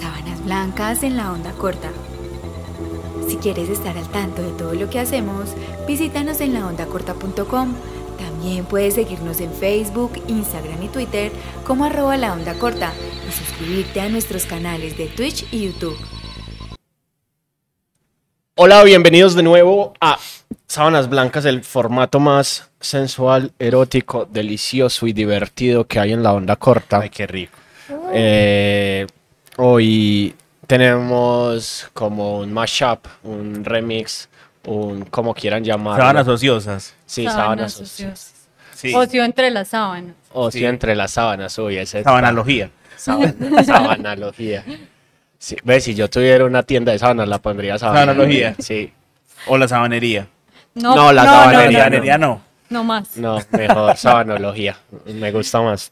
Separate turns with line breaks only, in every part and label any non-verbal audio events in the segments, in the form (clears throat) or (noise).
Sábanas Blancas en la Onda Corta. Si quieres estar al tanto de todo lo que hacemos, visítanos en laondacorta.com. También puedes seguirnos en Facebook, Instagram y Twitter como arroba la onda corta y suscribirte a nuestros canales de Twitch y YouTube.
Hola, bienvenidos de nuevo a Sábanas Blancas, el formato más sensual, erótico, delicioso y divertido que hay en la onda corta.
Ay, qué rico.
Eh, hoy tenemos como un mashup, un remix, un como quieran llamarlo.
Sábanas ociosas.
Sí,
Sábanas
sábanas.
ociosas.
Sí.
Ocio entre las sábanas.
O sí,
Sí.
entre las sábanas, uy, ese está-
Sabanalogía.
(laughs) Saban- sabanalogía. Sí, ves, si yo tuviera una tienda de sábanas, la pondría sabanalogía.
Sabanalogía.
Sí,
O la sabanería.
No,
No, la
La
no,
sabanería,
no, no,
sabanería no.
no más.
no, mejor (laughs) sabanología. Me gusta más.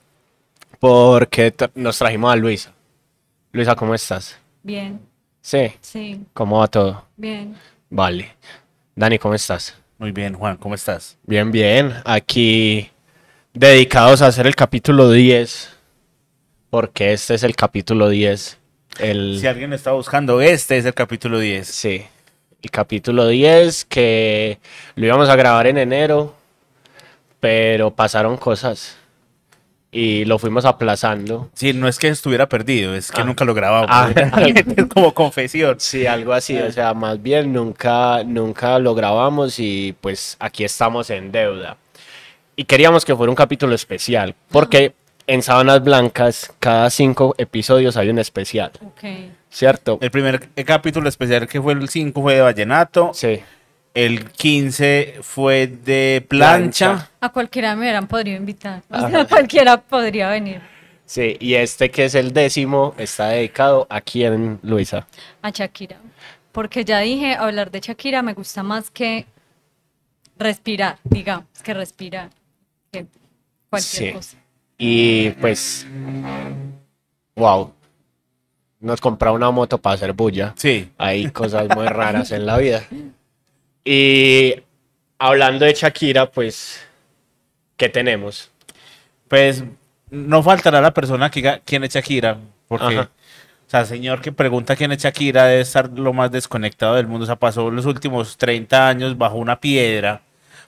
Porque tra- nos trajimos a Luisa. Luisa, ¿cómo estás?
Bien,
Sí,
sí,
¿cómo va todo?
bien.
Vale. Dani, ¿cómo estás?
Muy bien, Juan, ¿cómo estás?
Bien, bien. Aquí dedicados a hacer el capítulo 10. Porque este es el capítulo 10. El...
Si alguien lo está buscando, este es el capítulo 10.
Sí, el capítulo 10 que lo íbamos a grabar en enero, pero pasaron cosas y lo fuimos aplazando.
Sí, no es que estuviera perdido, es que
Ah.
nunca lo grabamos.
Ah.
(laughs) Es como confesión.
Sí, algo así, o sea, más bien nunca, nunca lo grabamos y pues aquí estamos en deuda. Y queríamos que fuera un capítulo especial, porque en Sábanas Blancas cada cinco episodios hay un especial,
Ok.
¿cierto?
El primer capítulo especial que fue el 5 fue de Vallenato.
Sí.
El 15 fue de Plancha.
A cualquiera me hubieran podido invitar. (laughs) O sea, cualquiera podría venir
Sí, y este que es el décimo está dedicado a quién, Luisa.
a Shakira. Porque ya dije, hablar de Shakira me gusta más que respirar, digamos, que respirar. Que cualquier
Sí.
cosa.
Y pues, wow, nos compró una moto para hacer bulla.
Sí.
Hay cosas muy raras en la vida. Y hablando de Shakira, pues, ¿qué tenemos?
Pues no faltará la persona que diga quién es Shakira. Porque,
Ajá.
o sea, señor que pregunta quién es Shakira debe estar lo más desconectado del mundo. O sea, pasó los últimos 30 años bajo una piedra.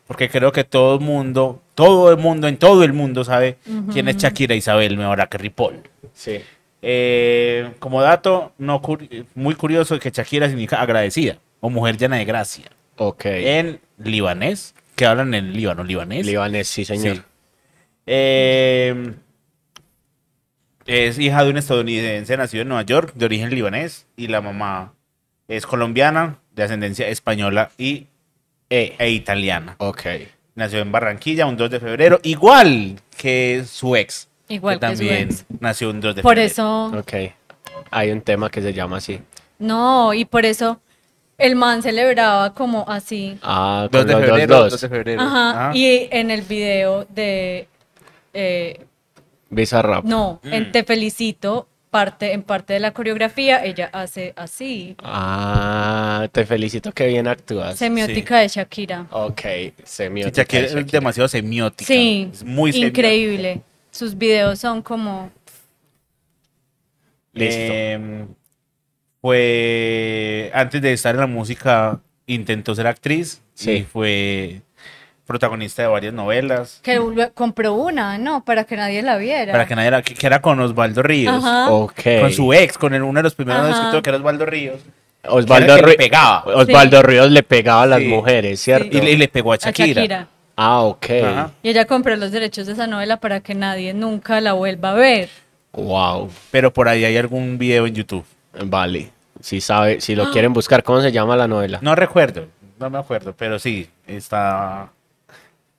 Porque creo que todo el mundo, todo el mundo, en todo el mundo sabe quién es Shakira Isabel Mejora que Ripoll.
Sí.
Eh, como dato, no curi- muy curioso que Shakira significa agradecida o mujer llena de gracia.
Ok.
En libanés, que hablan en Líbano, libanés.
Libanés, sí, señor.
Sí. Eh, es hija de un estadounidense nacido en Nueva York, de origen libanés, y la mamá es colombiana, de ascendencia española y,
Eh,
e italiana.
ok.
Nació en Barranquilla un 2 de febrero, igual que su ex.
Igual que su
también
ex.
nació un 2 de
Por
febrero.
eso.
Ok. Hay un tema que se llama así.
No, y por eso el man celebraba como así.
Ah,
2
con
de
los
febrero.
dos,
2 de
dos.
febrero.
Ajá.
Ajá.
Y en el video de eh,
Ah,
Bizarrap.
no,
pues.
en Te felicito, parte, en parte de la coreografía, ella hace así.
Ah, te felicito que bien actúas.
Semiótica de Shakira.
Ok,
Sí,
semiótica.
Shakira
de
es
Shakira.
demasiado semiótica.
Sí,
Es muy
increíble. Sus videos son como
Listo.
Em, fue antes de estar en la música intentó ser actriz
Sí.
y fue protagonista de varias novelas
que lo- compró una, ¿no? Para que nadie la viera.
Mm. para que nadie la- que, que era con Osvaldo Ríos
Ajá.
Ok.
con su ex con el, uno de los primeros
Ajá.
que tuvo, que era Osvaldo Ríos
Osvaldo,
que le
Ru-
pegaba.
Osvaldo Ríos le pegaba a las
Sí.
mujeres, ¿cierto?
y le, y le pegó a
A
Shakira,
Shakira.
Ah, ok.
Ajá.
Y ella compró los derechos de esa novela para que nadie nunca la vuelva a ver.
Wow.
pero por ahí hay algún video en YouTube
Vale. Si sabe, si lo quieren buscar, ¿cómo se llama la novela?
Ah. no recuerdo no me acuerdo pero sí está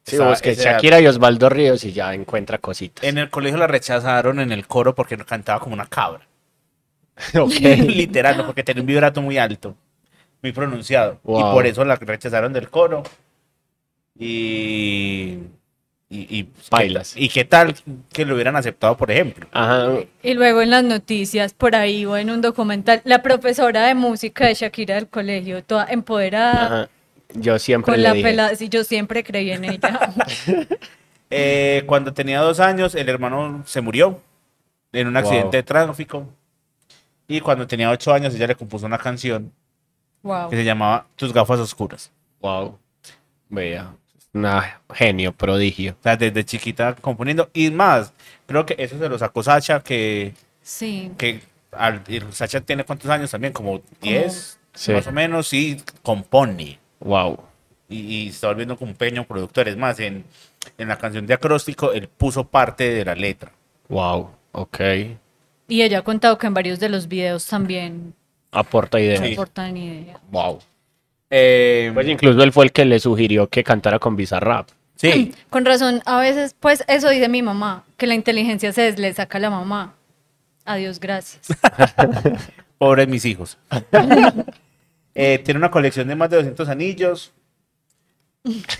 Sí,
está-
busque
ese dato.
eh, Shakira y Osvaldo Ríos y ya encuentra cositas.
en el colegio la rechazaron en el coro porque cantaba como una cabra
(laughs) ok.
(laughs) literal, no, porque tenía un vibrato muy alto, muy pronunciado.
Wow.
Y por eso la rechazaron del coro. Y. Y, y
Bailas.
¿Y qué tal que lo hubieran aceptado, por ejemplo?
Ajá.
Y luego en las noticias, por ahí o en un documental, la profesora de música de Shakira del colegio, toda
Ah.
empoderada,
Ajá. Yo siempre
con
le
la
dije.
pelada, sí, yo siempre creí
(laughs)
en ella.
Eh, cuando tenía dos años, el hermano se murió en un accidente
Wow.
de tráfico. Y cuando tenía ocho años, ella le compuso una canción
Wow.
que se llamaba Tus gafas oscuras.
Wow. Vea. Una genio, prodigio.
O sea, desde chiquita componiendo. Y más, creo que eso se lo sacó Sacha, que,
Sí.
que al- y Sacha tiene cuántos años también, como 10,
Sí.
más o menos, y compone.
Wow.
y, y se está volviendo como un pequeño productor. Es más, en, en la canción de acróstico, él puso parte de la letra.
Wow. Ok.
Y ella ha contado que en varios de los videos también
Aporta ideas.
no
Sí.
aportan idea.
Wow. Pues incluso él fue el que le sugirió que cantara con Bizarrap.
sí,
(clears throat) Con razón, a veces, pues eso dice mi mamá, que la inteligencia se les- le saca a la mamá.
(laughs)
Adiós, gracias.
pobres mis hijos. Eh, tiene una colección de más de 200 anillos.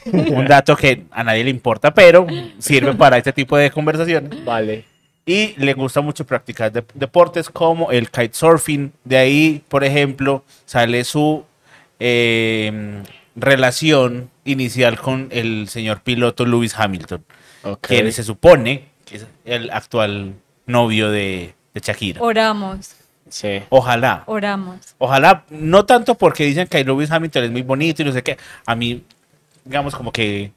un dato que a nadie le importa, pero sirve para este tipo de conversaciones.
Vale.
Y le gusta mucho practicar dep- deportes como el kitesurfing. De ahí, por ejemplo, sale su eh, relación inicial con el señor piloto Lewis Hamilton,
Ok.
quien se supone que es el actual novio de, de Shakira.
Oramos,
Sí.
Ojalá.
oramos.
Ojalá, no tanto porque dicen que Lewis Hamilton es muy bonito y no sé qué. A mí, digamos, como que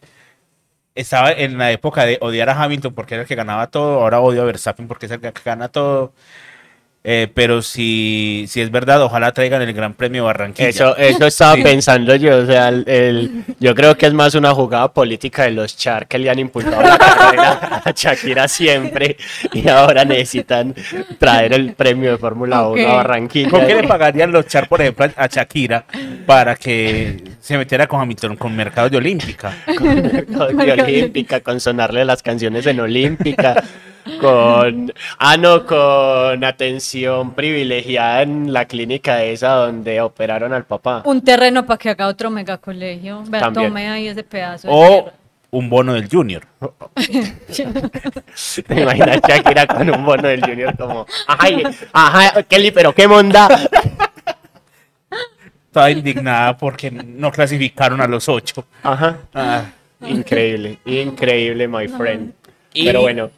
estaba en la época de odiar a Hamilton porque era el que ganaba todo. Ahora odio a Verstappen porque es el que gana todo. Eh, pero si, si es verdad, ojalá traigan el Gran Premio de Barranquilla.
Eso, eso estaba pensando yo. O sea, el, el- yo creo que es más una jugada política de los Char que le han impulsado la carrera a Shakira siempre y ahora necesitan traer el premio de Fórmula 1
Ok.
a Barranquilla.
¿Con qué
(laughs)
le pagarían los char, por ejemplo, a Shakira para que se metiera con Hamilton con Mercado de Olímpica?
Con de Olímpica, con sonarle las canciones en Olímpica, con. Ah, no, con atención privilegiada en la clínica esa donde operaron al papá.
Un terreno para que haga otro megacolegio. Vea,
También.
tome ahí ese pedazo. de
O un bono del Junior.
tierra.
¿Te imaginas Shakira con un bono del Junior como. ¡Ay! ¡Ajá! ¡Kelly, pero qué monda!
Estaba indignada porque no clasificaron a los ocho.
Ajá.
Ah,
(laughs) Increíble, increíble, my friend. Pero bueno,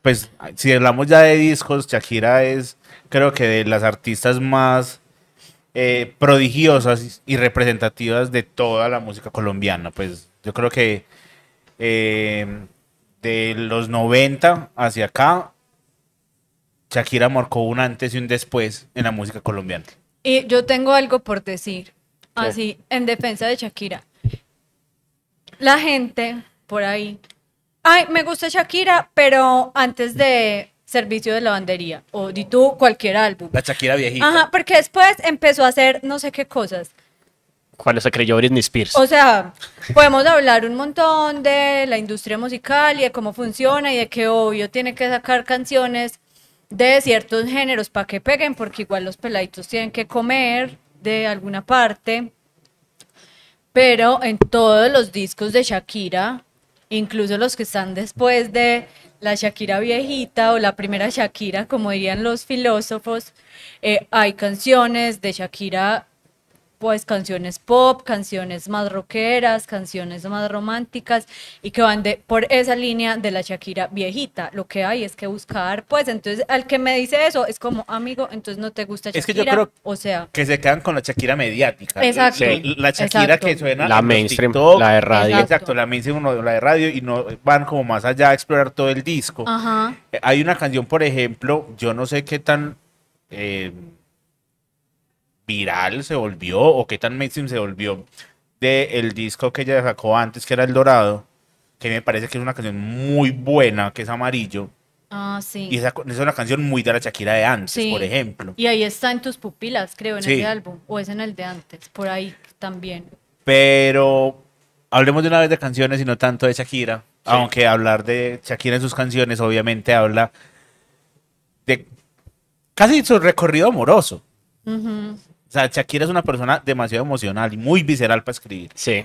pues si hablamos ya de discos, Shakira es creo que de las artistas más eh, prodigiosas y representativas de toda la música colombiana. Pues yo creo que eh, de los 90 hacia acá, Shakira marcó un antes y un después en la música colombiana.
Y yo tengo algo por decir, así, en defensa de Shakira. La gente por ahí, ay, me gusta Shakira, pero antes de Servicio de Lavandería, o di tú cualquier álbum.
La Shakira viejita.
Ajá, porque después empezó a hacer no sé qué cosas.
cuando se creyó Britney Spears.
O sea, podemos hablar un montón de la industria musical y de cómo funciona y de que obvio tiene que sacar canciones de ciertos géneros para que peguen, porque igual los peladitos tienen que comer de alguna parte. Pero en todos los discos de Shakira, incluso los que están después de la Shakira viejita o la primera Shakira, como dirían los filósofos, eh, hay canciones de Shakira pues canciones pop, canciones más rockeras, canciones más románticas y que van de, por esa línea de la Shakira viejita. Lo que hay es que buscar, pues entonces al que me dice eso es como, amigo, entonces no te gusta Shakira.
Es que yo creo-
o sea,
Que se quedan con la Shakira mediática.
Exacto,
Sí, La Shakira
exacto.
que suena.
La
en los
mainstream,
TikTok,
la de radio.
Exacto. la mainstream o la de radio y no van como más allá a explorar todo el disco.
ajá,
Eh, Hay una canción, por ejemplo, yo no sé qué tan eh, viral se volvió o qué tan mainstream se volvió de el disco que ella sacó antes, que era El Dorado, que me parece que es una canción muy buena, que es amarillo.
ah, sí.
Y esa, esa es una canción muy de la Shakira de antes,
Sí.
por ejemplo.
Y ahí está en tus pupilas, creo, en
Sí.
ese álbum. O es en el de antes, por ahí también.
Pero hablemos de una vez de canciones y no tanto de Shakira. Aunque hablar de Shakira en sus canciones obviamente habla de casi su recorrido amoroso.
Ujú.
O sea, Shakira es una persona demasiado emocional y muy visceral para escribir.
Sí,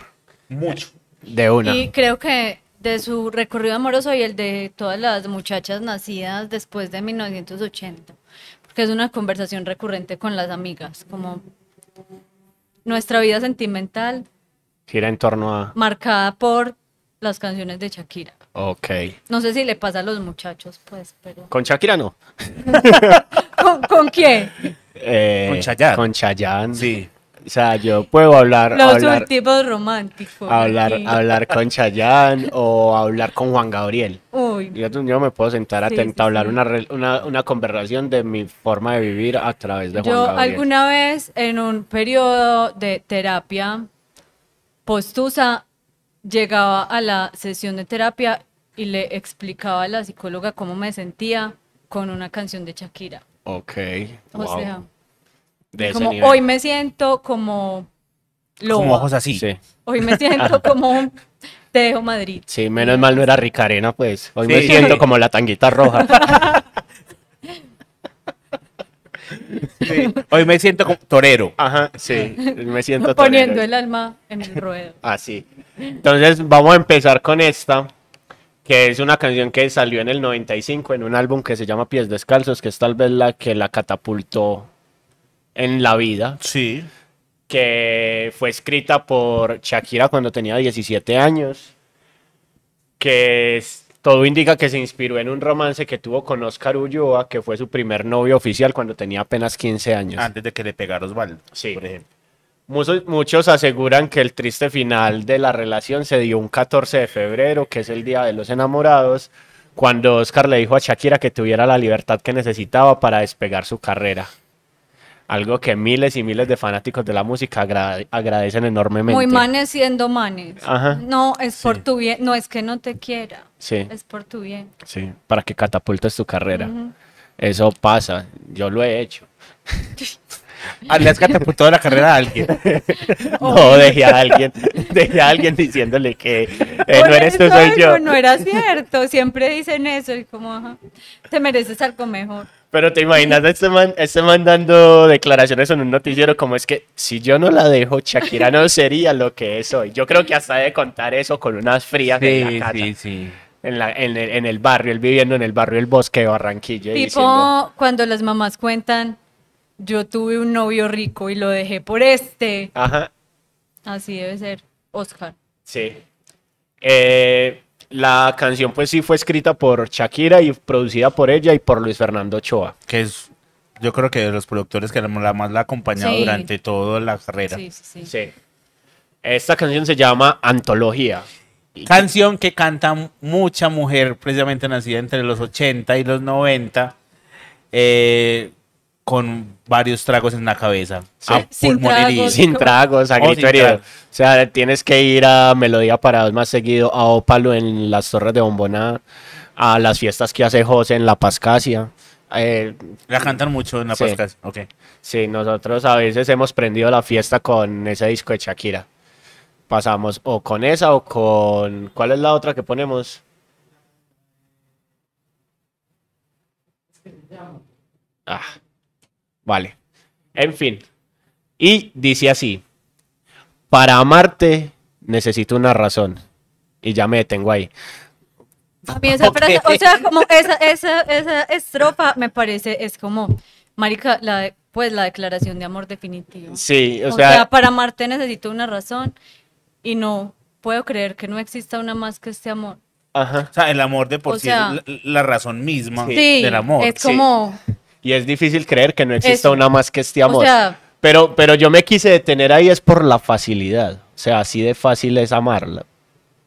Mucho.
de una.
Y creo que de su recorrido amoroso y el de todas las muchachas nacidas después de 1980, porque es una conversación recurrente con las amigas, como nuestra vida sentimental
Gira en torno a.
marcada por las canciones de Shakira.
Ok.
No sé si le pasa a los muchachos, pues, pero...
Con Shakira no.
¿Con, con quién?
eh,
Con Chayanne.
Con Chayanne.
Sí.
O sea, yo puedo hablar,
Los
hablar,
últimos románticos.
hablar,
aquí.
hablar con Chayanne o hablar con Juan Gabriel.
Uy,
Yo, yo me puedo sentar a
Sí, sí,
entablar
sí.
Una, re- una, una conversación de mi forma de vivir a través de Juan
yo
Gabriel.
alguna vez en un periodo de terapia postusa llegaba a la sesión de terapia y le explicaba a la psicóloga cómo me sentía con una canción de Shakira.
Ok.
O
wow.
sea,
De ese
como
nivel.
hoy me siento como loba.
Como ojos así.
Sí.
Hoy
(laughs)
me siento como un te dejo Madrid.
Sí, menos mal no era Ricarena, pues. Hoy me
Sí.
siento como la tanguita roja.
Sí. Hoy me siento como torero.
(laughs) Ajá, sí. Me siento
poniendo
torero.
el alma en el ruedo.
Así. Entonces, vamos a empezar con esta, que es una canción que salió en el 95 en un álbum que se llama Pies Descalzos, que es tal vez la que la catapultó en la vida,
Sí.
que fue escrita por Shakira cuando tenía 17 años, que es- todo indica que se inspiró en un romance que tuvo con Oscar Ulloa, que fue su primer novio oficial cuando tenía apenas 15 años.
Antes de que le pegara Osvaldo.
Sí.
Por ejemplo.
Muchos, muchos aseguran que el triste final de la relación se dio un 14 de febrero, que es el Día de los Enamorados, cuando Oscar le dijo a Shakira que tuviera la libertad que necesitaba para despegar su carrera. Algo que miles y miles de fanáticos de la música agra- agradecen enormemente.
Muy manes siendo manes.
Ajá.
No, es por tu bien. No es que no te quiera.
Sí,
Es por tu bien.
sí, para que catapultes tu carrera. Eso pasa, yo lo he hecho.
Ah, Le has catapultado la carrera a alguien.
Oh.
No, dejé a alguien, (laughs) dejé a alguien diciéndole que eh,
Por
no eres tú,
eso
soy
algo
yo.
No era cierto. Siempre dicen eso. Y como, ajá, te mereces algo mejor.
Pero te imaginas a este man, a este man dando declaraciones en un noticiero como es que si yo no la dejo, Shakira no sería lo que es hoy. Yo creo que hasta de contar eso con unas frías en la casa,
sí.
en, la- en el, en el barrio, él viviendo en el barrio El Bosque de Barranquilla. y
tipo
diciendo,
cuando las mamás cuentan, yo tuve un novio rico y lo dejé por este.
Ajá,
Así debe ser, Oscar.
sí. Eh, la canción pues sí fue escrita por Shakira y producida por ella y por Luis Fernando Ochoa.
Que es, yo creo que de los productores que la, la más la ha acompañado
Sí.
durante toda la carrera.
Sí, sí, sí.
Sí. Esta canción se llama Antología.
Canción que canta mucha mujer, precisamente nacida entre los 80 y los 90, eh, con varios tragos en la cabeza. Ah,
Sí.
Sin
pulmón
tragos.
herido.
Sin tragos, a
Oh, sin
grito herido.
tragos.
O sea, tienes que ir a Melodía Parados más seguido, a Ópalo en las Torres de Bombona, a las fiestas que hace José en La Pascasia. Eh,
La cantan mucho en la
Sí.
podcast. Ok.
sí, nosotros a veces hemos prendido la fiesta con ese disco de Shakira. Pasamos o con esa o con... ¿Cuál es la otra que ponemos? Ah, vale. En fin. Y dice así. Para amarte necesito una razón. Y ya me detengo ahí.
A mí esa frase, o sea, como esa, esa, esa estrofa me parece, es como, marica, la, de- pues la declaración de amor definitiva.
Sí, o,
o sea,
sea,
para amarte necesito una razón y no puedo creer que no exista una más que este amor.
ajá.
O sea, el amor de por
O
sí
sea-
es la, la razón misma
Sí,
del amor.
es como,
Y es difícil creer que no exista
Eso.
una más que este amor.
o sea,
Pero, pero yo me quise detener ahí es por la facilidad. O sea, así de fácil es amarla.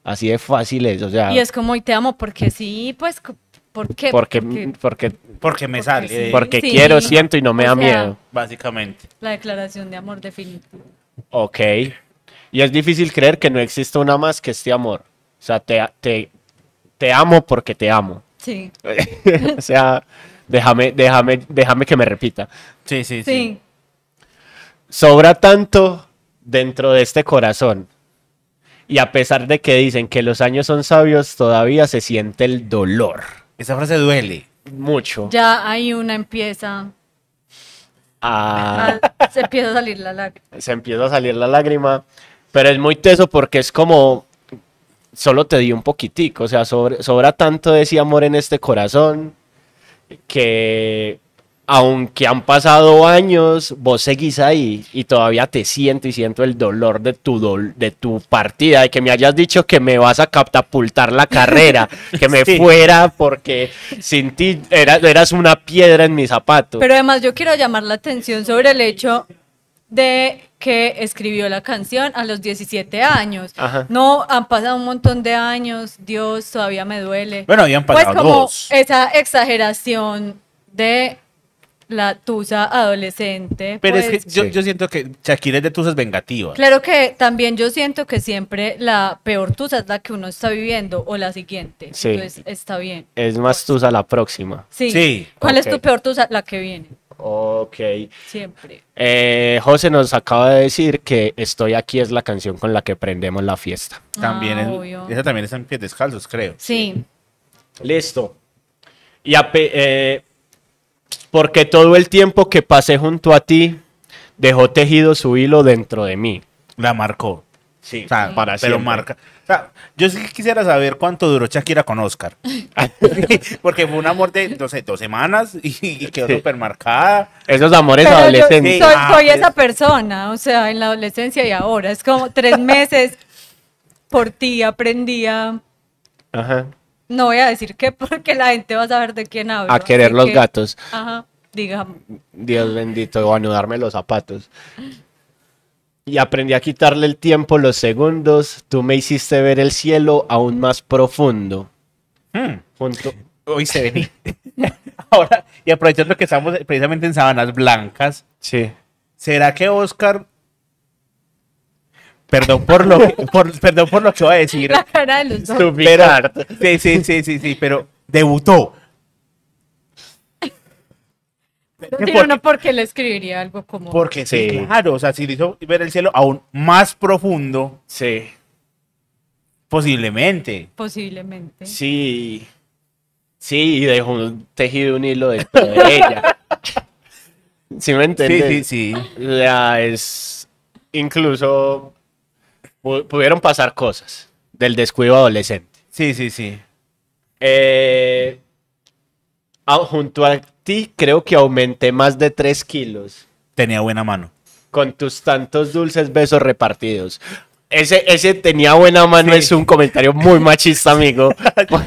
Así de fácil es. O sea,
y es como, y te amo porque sí, pues, co- ¿por qué?
porque, porque,
Porque me
porque
sale,
sí.
eh,
porque
Sí.
quiero, siento y no me
O
da
sea-
miedo.
básicamente.
la declaración de amor definitiva.
Ok. Y es difícil creer que no exista una más que este amor. O sea, te, te, te amo porque te amo. (laughs)
Sí,
o sea, déjame, déjame, déjame que me repita.
Sí, sí, sí.
sí.
sobra tanto dentro de este corazón. Y a pesar de que dicen que los años son sabios, todavía se siente el dolor.
Esa frase duele.
Mucho.
Ya hay una empieza,
Ah,
a- (laughs) se empieza a salir la lágrima.
se empieza a salir la lágrima. Pero es muy teso porque es como. Solo te di un poquitico. O sea, sobre- sobra tanto de ese amor en este corazón que aunque han pasado años, vos seguís ahí y todavía te siento y siento el dolor de tu, dol- de tu partida, de que me hayas dicho que me vas a catapultar la carrera, que me
Sí.
fuera porque sin ti era- eras una piedra en mi zapato.
Pero además yo quiero llamar la atención sobre el hecho de que escribió la canción a los 17 años.
Ajá.
No, han pasado un montón de años, Dios, todavía me duele.
Bueno, habían
pues
pasado
como
dos.
esa exageración de la tusa adolescente.
Pero
pues,
es que yo,
Sí.
yo siento que Shakira es de tusas vengativas.
Claro que también yo siento que siempre la peor tusa es la que uno está viviendo o la siguiente.
Sí.
Entonces está bien.
Es más tusa la próxima.
Sí.
Sí,
¿Cuál es tu
ok.
peor tusa? La que viene,
Ok.
siempre.
Eh, José nos acaba de decir que Estoy aquí es la canción con la que prendemos la fiesta.
También
Ah,
es-
obvio.
esa también está en pies descalzos, creo.
Sí.
Listo. Y ape- eh, porque todo el tiempo que pasé junto a ti dejó tejido su hilo dentro de mí.
La marcó.
Sí,
O sea,
para
pero
siempre.
marca. O sea, yo sí quisiera saber cuánto duró Shakira
(laughs)
con Oscar. (laughs) Porque fue un amor de no sé, dos semanas y, y quedó
Sí.
súper marcada.
Esos amores
Pero yo
adolescentes.
soy,
Ah,
soy
pues.
esa persona, o sea, en la adolescencia y ahora. Es como tres meses por ti aprendía.
Ajá.
No voy a decir qué (laughs) porque la gente va a saber de quién hablo.
A querer
así
los
que-
gatos.
Ajá, digamos.
Dios bendito, o anudarme los zapatos. Y aprendí a quitarle el tiempo, los segundos. Tú me hiciste ver el cielo aún más profundo.
Mm.
Junto-
Hoy se vení. (laughs) Ahora, y aprovechando que estamos precisamente en Sabanas Blancas,
Sí.
¿será que Oscar... Perdón por lo que, por- perdón por lo que voy a
(laughs)
decir.
La cara de los dos.
Pero,
Subicar.
sí, sí, sí, sí, sí, pero debutó.
Sino no porque le escribiría algo como.
Porque sí,
Sí.
claro, o sea, si le hizo ver el cielo aún más profundo,
Sí.
posiblemente.
Posiblemente.
Sí. Sí, y dejó un tejido un hilo dentro de (laughs) ella. ¿Sí me entiendes?
Sí, sí, sí.
O sea, es. Incluso. pu- pudieron pasar cosas del descuido adolescente.
Sí, sí, sí.
Eh, ah, junto a ti, creo que aumenté más de 3 kilos
Tenía buena mano.
con tus tantos dulces besos repartidos. Ese, ese tenía buena mano,
Sí.
es un comentario muy machista, (laughs) amigo.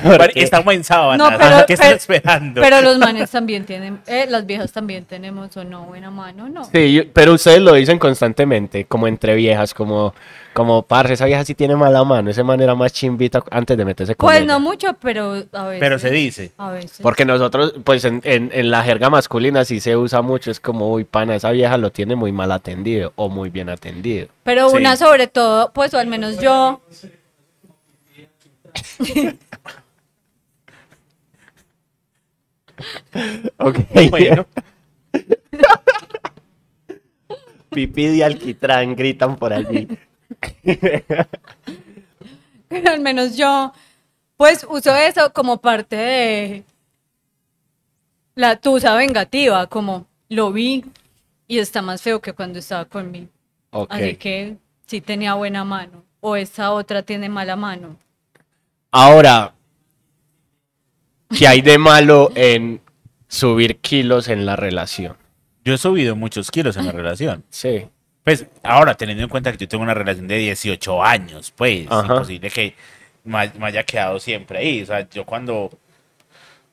porque-
Estamos en sábanas.
No, pero-
¿Qué están
pero-
esperando?
Pero los manes también tienen, eh, las viejas también tenemos o no buena mano, no.
Sí, yo- pero ustedes lo dicen constantemente, como entre viejas, como, como parce, esa vieja sí tiene mala mano, ese man era más chimbita antes de meterse con
Pues
ella".
no mucho, pero a veces.
Pero se dice.
A veces.
Porque nosotros, pues en, en- en la jerga masculina sí se usa mucho, es como, uy, pana, esa vieja lo tiene muy mal atendido o muy bien atendido.
Pero
Sí.
una sobre todo, pues o al menos yo. (laughs)
(laughs) Ok.
Bueno.
Pipí de alquitrán, gritan por allí.
al menos yo, pues uso eso como parte de la tusa vengativa, como lo vi y está más feo que cuando estaba conmigo.
(laughs) Ok.
Así que sí tenía buena mano, o esa otra tiene mala mano.
Ahora, ¿qué hay de malo en subir kilos en la relación?
Yo he subido muchos kilos en la relación.
Sí.
Pues ahora, teniendo en cuenta que yo tengo una relación de 18 años, pues es
Ajá.
imposible que me, ha- me haya quedado siempre ahí. O sea, yo cuando,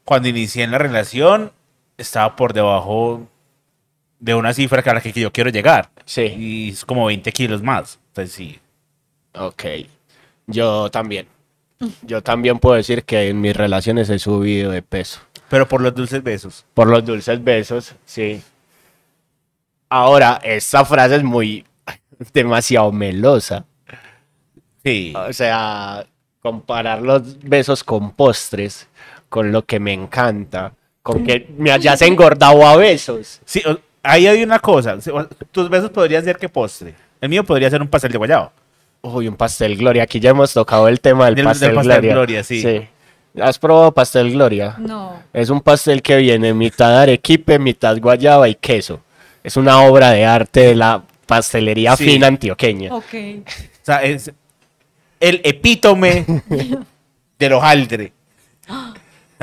cuando inicié en la relación estaba por debajo de una cifra que a la que yo quiero llegar.
Sí.
Y es como 20 kilos más. Entonces sí.
Ok, yo también. Yo también puedo decir que en mis relaciones he subido de peso.
Pero por los dulces besos.
Por los dulces besos, sí. Ahora, esta frase es muy (laughs) demasiado melosa.
Sí.
O sea, comparar los besos con postres, con lo que me encanta, con que me hayas engordado a besos.
Sí, o- ahí hay una cosa. o sea, Tus besos podrían ser que postre. El mío podría ser un pastel de guayabo.
Uy, un pastel Gloria. Aquí ya hemos tocado el tema del,
Del- del
pastel,
pastel
Gloria.
Gloria, sí.
¿Has probado pastel Gloria?
No.
Es un pastel que viene mitad arequipe, mitad guayaba y queso. Es una obra de arte de la pastelería
Sí.
fina antioqueña.
Ok.
O sea, es el epítome del hojaldre.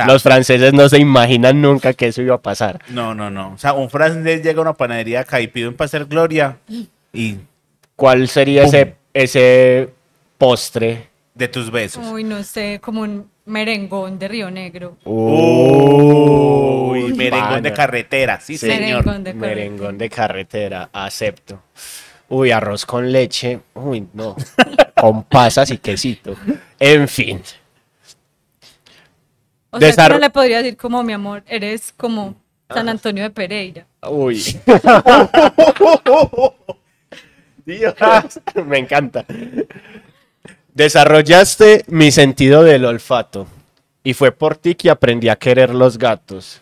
Los franceses no se imaginan nunca que eso iba a pasar.
No, no, no. O sea, un francés llega a una panadería acá y pide un pastel Gloria y
¿Cuál sería
Pum.
ese, ese postre?
de tus besos.
Uy, no sé, como un merengón de Río Negro.
Uy, merengón
pana.
de carretera, sí,
Sí.
señor.
Merengón de carretera.
Merengón de carretera, acepto. Uy, arroz con leche. Uy,
(laughs)
no. con pasas y quesito. En fin.
O sea,
Desar- Ah.
yo no le podría decir como mi amor, eres como San Antonio de Pereira.
Uy. (laughs) Dios, me encanta. Desarrollaste mi sentido del olfato y fue por ti que aprendí a querer los gatos.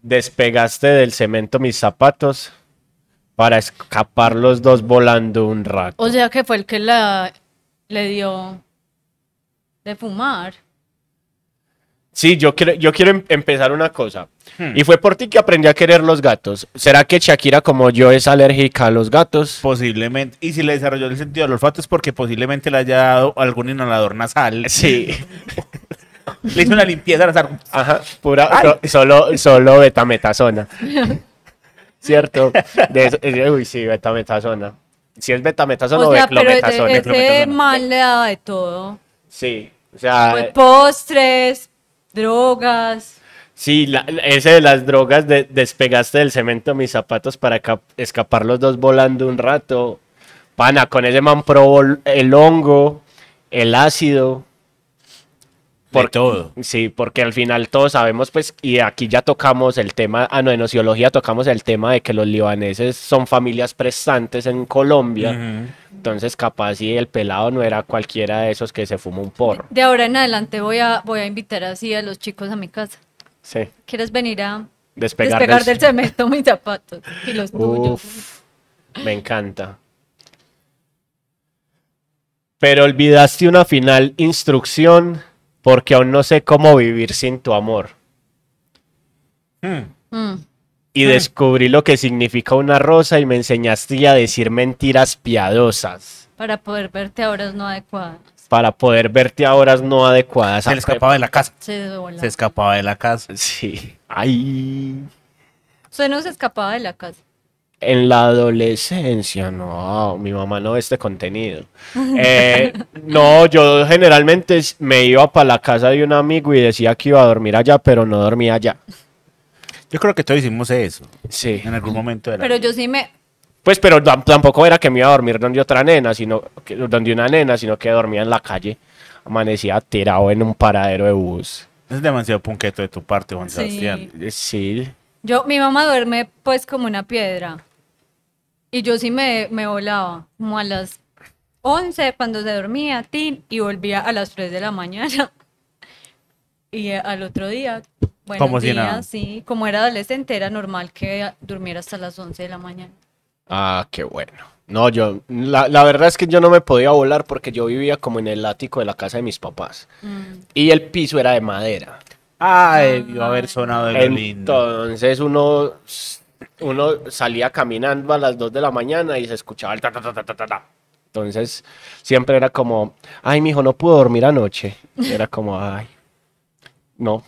Despegaste del cemento mis zapatos para escapar los dos volando un rato.
O sea que fue el que la le dio de fumar.
Sí, yo quiero, yo quiero em- empezar una cosa. Y fue por ti que aprendí a querer los gatos. ¿Será que Shakira, como yo, es alérgica a los gatos?
Posiblemente. Y si le desarrolló el sentido del olfato es porque posiblemente le haya dado algún inhalador nasal.
(laughs) Sí.
(laughs) Le hizo una limpieza nasal.
Ajá, pura, so- solo, solo betametasona. ¿Cierto? De eso- eh, uy, sí, betametasona. Si es betametasona o,
O sea, pero
beclometasona.
ese, ese
Beclometasona.
mal le daba de todo.
Sí, o sea,
Pues postres, drogas.
sí, la- ese de las drogas, de- despegaste del cemento mis zapatos para cap- escapar los dos volando un rato. Pana, con ese man probó el hongo, el ácido.
Por todo.
Sí, porque al final todos sabemos, pues, y aquí ya tocamos el tema, ah, no, en ociología tocamos el tema de que los libaneses son familias prestantes en Colombia. Entonces, capaz si el pelado no era cualquiera de esos que se fuma un porro.
De ahora en adelante voy a, voy a invitar así a los chicos a mi casa.
Sí,
¿Quieres venir a
despegar,
despegar, del cemento (laughs) mis zapatos y los tuyos?
Uf, me encanta. Pero olvidaste una final instrucción porque aún no sé cómo vivir sin tu amor.
Mm.
Hmm.
y descubrí lo que significa una rosa y me enseñaste a decir mentiras piadosas
para poder verte a horas no adecuadas.
para poder verte a horas no adecuadas.
Se le escapaba de la casa.
Se desvolaba.
Se escapaba de la casa.
Sí. Ay.
Usted no se escapaba de la casa.
En la adolescencia, no, mi mamá no ve este contenido. Eh, no, yo generalmente s- me iba para la casa de un amigo y decía que iba a dormir allá, pero no dormía allá.
Yo creo que todos hicimos eso
Sí.
en algún momento de la
Pero yo sí me.
Pues, pero tam- tampoco era que me iba a dormir donde otra nena, sino que- donde una nena, sino que dormía en la calle. Amanecía tirado en un paradero de bus.
Es demasiado punqueto de tu parte, Juan
Sí.
Sebastián.
Eh, Sí,
Yo, mi mamá duerme pues como una piedra. Y yo sí me, me volaba, como a las 11 cuando se dormía, tin, y volvía a las 3 de la mañana. (laughs) Y eh, al otro día, buenos
Como si
días,
nada.
sí. Como era adolescente, era normal que durmiera hasta las 11 de la mañana.
Ah, qué bueno. No, yo, la, la verdad es que yo no me podía volar porque yo vivía como en el ático de la casa de mis papás. Y el piso era de madera.
Ay, debió haber sonado de lo lindo.
Entonces uno, uno salía caminando a las 2 de la mañana y se escuchaba el ta ta ta ta ta ta. ta. Entonces siempre era como, ay, mijo, no pudo dormir anoche. Era como, ay, no.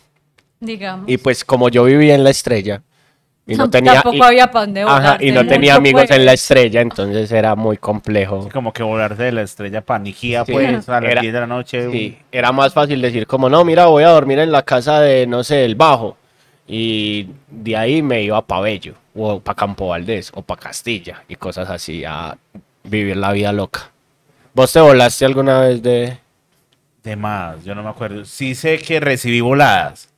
Digamos.
Y pues como yo vivía en la estrella y no
Tamp-
tenía
Tampoco
y-
había pan de
ajá, y no tenía amigos en la estrella, entonces era muy complejo.
Es Como que volarse de la estrella panijía,
Sí.
pues, a las
Era-
10 de la noche.
Sí, era más fácil decir como, no, mira, voy a dormir en la casa de, no sé, el Bajo. Y de ahí me iba a Pabello, o para Campo Valdés, o para Castilla, y cosas así, a vivir la vida loca. ¿Vos te volaste alguna vez de...?
De más, yo no me acuerdo. Sí sé que recibí voladas.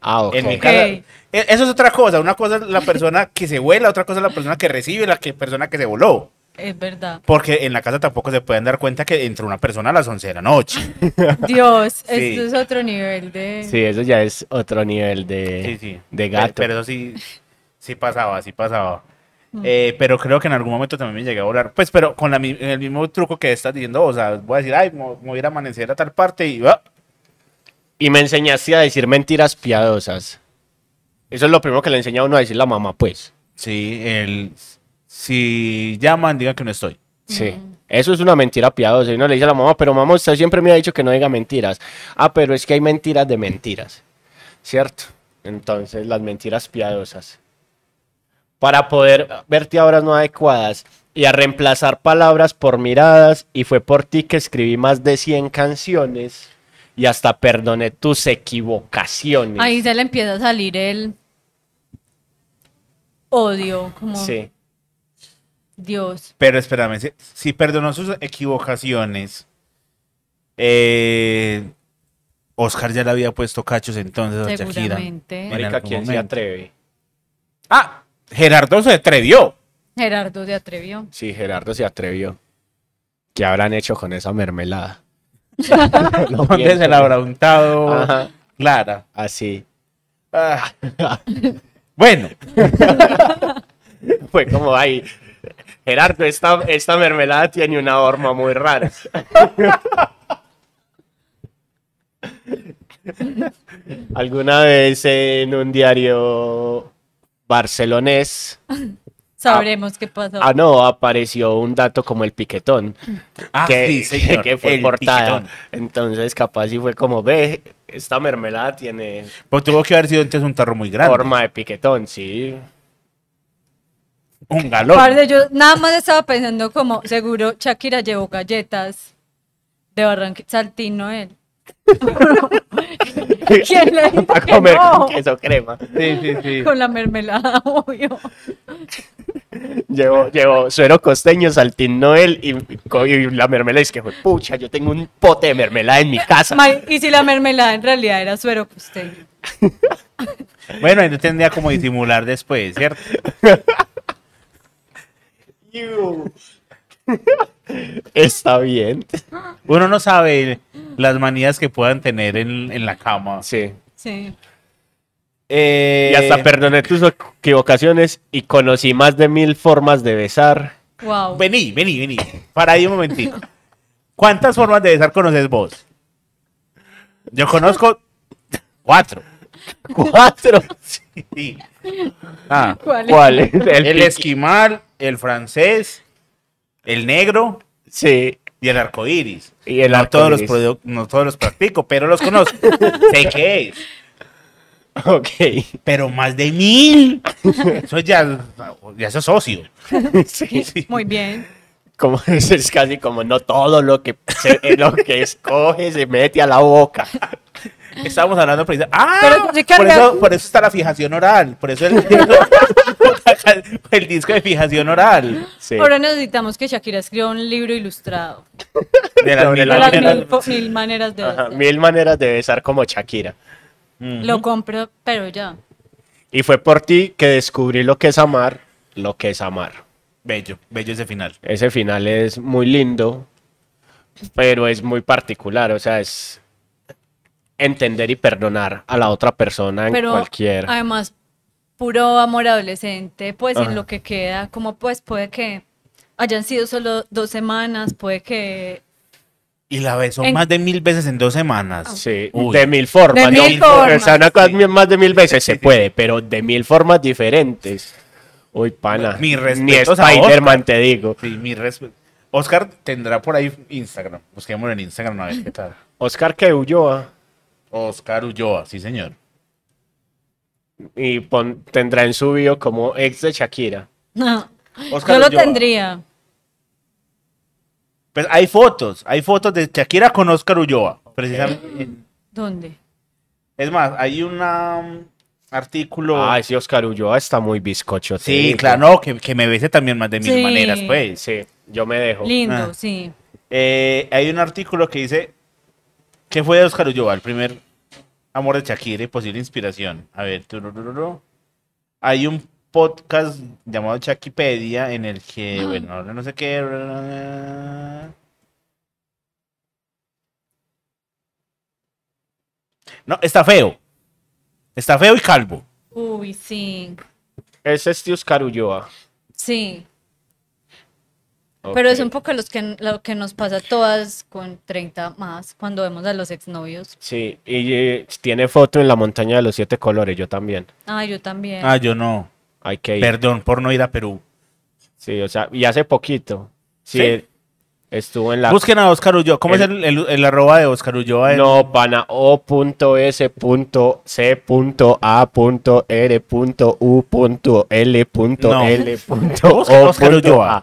Ah, ok.
En mi casa-
Ok.
E- Eso es otra cosa. Una cosa es la persona que se vuela, otra cosa es la persona que recibe, la que, persona que se voló.
Es verdad.
Porque en la casa tampoco se pueden dar cuenta que entró una persona a las 11 de la noche.
Dios,
(laughs)
Sí.
esto es otro nivel de.
Sí, eso ya es otro nivel de, de
Pe-
gato.
Pero, eso sí, sí pasaba, sí pasaba. Eh, pero creo que en algún momento también me llegué a volar. Pues, pero con la mi- el mismo truco que estás diciendo, o sea, voy a decir, ay, mo- me voy a ir a amanecer a tal parte y ah, va.
Y me enseñaste a decir mentiras piadosas. Eso es lo primero que le enseña a uno a decir la mamá, pues.
Sí, el, si llaman, digan que no estoy.
Sí. Mm. Eso es una mentira piadosa. Y uno le dice a la mamá, pero mamá, usted siempre me ha dicho que no diga mentiras. Ah, pero es que hay mentiras de mentiras. ¿Cierto? Entonces, las mentiras piadosas. Para poder verte ahora no adecuadas y a reemplazar palabras por miradas. Y fue por ti que escribí más de 100 canciones y hasta perdoné tus equivocaciones.
Ahí se le empieza a salir el odio, como
Sí.
Dios.
Pero espérame, si, si perdonó sus equivocaciones, eh, Oscar ya le había puesto cachos entonces a Shakira.
Seguramente.
en
Marica,
algún
¿quién se
momento.
atreve?
Ah, Gerardo
(laughs)
se atrevió.
Gerardo se atrevió.
Sí, Gerardo se atrevió. ¿Qué habrán hecho con esa mermelada? Lo
¿Dónde
pienso.
se la habrá untado
Ajá.
Clara?
Así.
Ah. Bueno,
Fue como ahí. Gerardo, esta, esta mermelada tiene una horma muy rara. Alguna vez en un diario barcelonés,
Sabremos qué pasó.
ah no, apareció un dato como el piquetón.
ah,
que,
sí, (laughs) señor,
que fue
el
portada.
piquetón.
Entonces, capaz si fue como, ve, esta mermelada tiene
Pues tuvo que haber sido entonces un tarro muy grande.
forma de piquetón, sí.
Un galón.
Parce, yo nada más estaba pensando como, seguro Shakira llevó galletas de Barranquilla, Saltino él. ¿Quién le dijo
(laughs) Para
que
comer
no?
con queso crema.
Sí, sí, sí.
Con la mermelada, (laughs) obvio.
Llevo, llevo suero costeño, saltín Noel y, co- y la mermelada. Es que fue, pucha, yo tengo un pote de mermelada en mi casa.
Ma- Y si la mermelada en realidad era suero pues, costeño.
Bueno, él tendría como disimular después, ¿cierto?
Iu. (laughs) Está bien.
Uno no sabe las manías que puedan tener en, en la cama.
Sí.
Sí.
Y hasta perdoné tus equivocaciones y conocí más de mil formas de besar.
Wow.
Vení, vení, vení. Para ahí un momentito. ¿Cuántas formas de besar conoces vos? Yo conozco cuatro.
(laughs) Cuatro.
Sí. Ah,
¿Cuál es?
(laughs) ¿Cuál es?
el,
piqui-
esquimal, el francés, el negro
Sí.
y el arcoíris.
Y el
no, Todos los
arcoíris.
produ- no todos los practico, pero los
(laughs)
conozco. sé qué es.
Ok. (laughs)
Pero más de mil. Eso ya, ya sos socio.
Sí.
Muy bien.
Como es, es casi como no todo lo que, se- lo que escoge se mete a la boca.
Estábamos hablando precisamente. ¡Ah!
Pero, ¿de qué
por,
habla?
eso, por eso está la fijación oral. Por eso el, (laughs) el disco de fijación oral.
Sí.
Ahora necesitamos que Shakira escriba un libro ilustrado.
De las
Sobre
mil
la
De las
manera-
mil,
maneras.
fo- mil maneras de
Ajá,
besar.
mil maneras de besar como Shakira.
Mm.
Lo compro, pero ya.
Y fue por ti que descubrí lo que es amar, lo que es amar.
Bello, bello ese final.
Ese final es muy lindo, pero es muy particular. O sea, es entender y perdonar a la otra persona en
Pero
cualquier.
además, puro amor adolescente, pues
Ajá.
en lo que queda, como pues puede que hayan sido solo dos semanas, puede que...
Y la besó
En- Ah.
más de mil veces en dos semanas.
Sí,
Uy.
de mil formas.
De mil
¿no? O sea,
formas,
una cosa
sí.
mi- más de mil veces se puede, pero de mil formas diferentes. Uy, pana.
Mi
Ni
respetos a
Spider-Man, te digo.
Sí, mi respeto. Oscar tendrá por ahí Instagram. Busquémoslo en Instagram a ver qué tal.
Oscar que huyó
Oscar Ulloa, sí, señor.
y pon- tendrá en su bio como ex de Shakira.
No,
Oscar
yo lo
Ulloa.
tendría.
Pues hay fotos, hay fotos de Shakira con Oscar Ulloa. Precisamente.
¿Dónde?
Es más, hay un um, artículo.
Ah, ese Oscar Ulloa está muy bizcocho. te
Sí, pues.
digo.
claro, no, que, que me bese también más de mil
Sí.
maneras, pues.
Sí, yo me dejo.
Lindo,
Ah.
sí.
Eh, hay un artículo que dice que fue de Oscar Ulloa, el primer amor de Shakira y posible inspiración. A ver, tururururu. hay un podcast llamado Shakipedia en el que, bueno, ahora no sé qué. bla, bla, bla. No, está feo. Está feo y calvo.
Uy, sí,
Es este Oscar Ulloa.
sí.
Ok.
Pero es un poco los que, lo que nos pasa a todas con 30 más cuando vemos a los exnovios.
Sí, y eh, tiene foto en la montaña de los siete colores, yo también.
Ah, yo también.
Ah, yo no.
Hay que ir.
Perdón por no ir a Perú.
Sí, o sea, y hace poquito. Sí,
¿Sí?
estuvo en la...
Busquen a Oscar Ulloa. ¿Cómo es el, el- el arroba de Oscar Ulloa? en-
No, pana,
Oscar
o.c.a.r.u.l.o.a.
Ulloa.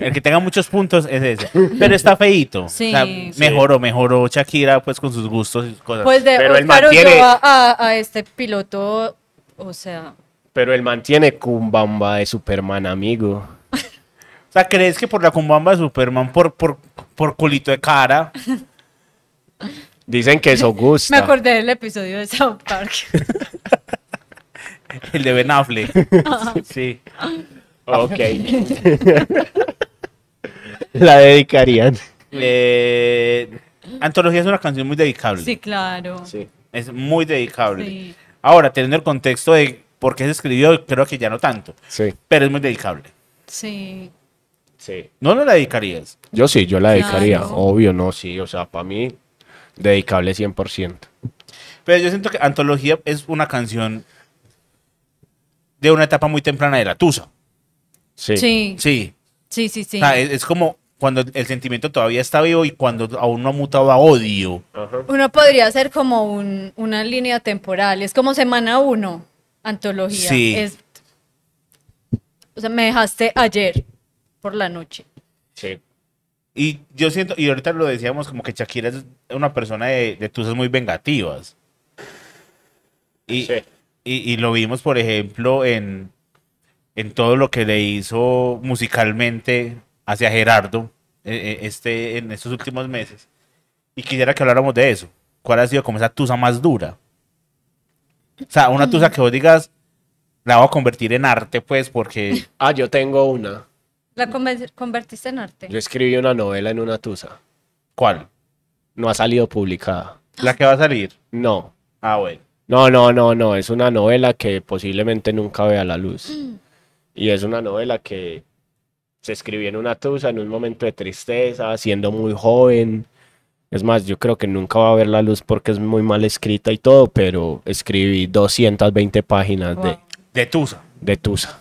(laughs) El que tenga muchos puntos es ese. Pero está feíto.
Sí.
O sea,
Sí.
mejoró, mejoró Shakira pues con sus gustos y sus cosas.
Pues de
Pero él
Óscar
mantiene-
Ulloa a, a este piloto, o sea,
Pero él mantiene Kumbamba de Superman, amigo.
o sea, ¿crees que por la cumbamba de Superman, por, por, por culito de cara, (laughs)
Dicen que eso
(laughs) me
gusta.
acordé del episodio de South Park.
el de Ben
(laughs)
Affleck? sí.
Ah, Ok. (laughs) La dedicarían.
Eh, Antología es una canción muy dedicable.
sí, claro.
Sí.
Es muy dedicable.
Sí.
Ahora, teniendo el contexto de por qué se escribió, creo que ya no tanto.
Sí,
Pero es muy dedicable.
Sí.
sí.
¿No no la dedicarías?
Yo sí, yo la dedicaría.
Claro.
Obvio, no, sí. O sea, para mí, dedicable 100%.
Pero yo siento que Antología es una canción de una etapa muy temprana de la Tusa.
Sí.
Sí. Sí,
Sí.
sí, sí.
O sea, es, es como cuando el sentimiento todavía está vivo y cuando aún no ha mutado a odio.
Uno podría hacer como un- una línea temporal, es como semana uno, antología.
Sí.
Es, o sea, me dejaste ayer por la noche.
Sí.
Y yo siento, y ahorita lo decíamos, como que Shakira es una persona de, de tusas muy vengativas. Y,
Sí.
y- y lo vimos, por ejemplo, en, en todo lo que le hizo musicalmente hacia Gerardo eh, eh, este, en estos últimos meses. Y quisiera que habláramos de eso. ¿Cuál ha sido como esa tusa más dura? O sea, una tusa que vos digas, la voy a convertir en arte, pues, porque...
Ah, yo tengo una.
La conven- convertiste en arte.
Yo escribí una novela en una tusa.
¿Cuál?
No ha salido publicada.
¿La que va a salir?
No.
Ah, bueno.
No, no, no, no. Es una novela que posiblemente nunca vea la luz. Y es una novela que se escribió en una tusa, en un momento de tristeza, siendo muy joven. Es más, yo creo que nunca va a ver la luz porque es muy mal escrita y todo, pero escribí 220 páginas de,
Wow.
De tusa.
de tusa.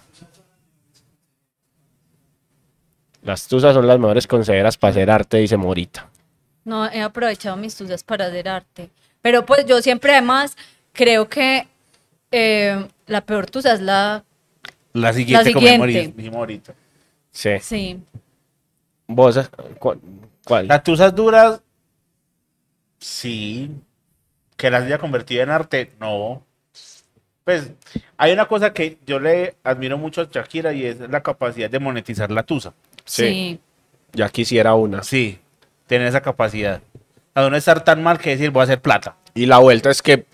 Las tusas son las mejores consejeras para hacer arte, dice Morita.
No he aprovechado mis estudios para hacer arte. Pero pues yo siempre además creo que eh, la peor tusa es la...
La siguiente, como
siguiente.
dijimos ahorita- dijimos ahorita.
Sí.
Sí.
¿Vos? eh, cu- ¿Cuál?
Las tusas duras, sí. Que las haya convertido en arte, no. Pues hay una cosa que yo le admiro mucho a Shakira y es la capacidad de monetizar la tusa.
Sí.
Ya quisiera una.
Sí, tener esa capacidad. A no estar tan mal que decir voy a hacer plata.
Y la vuelta es que,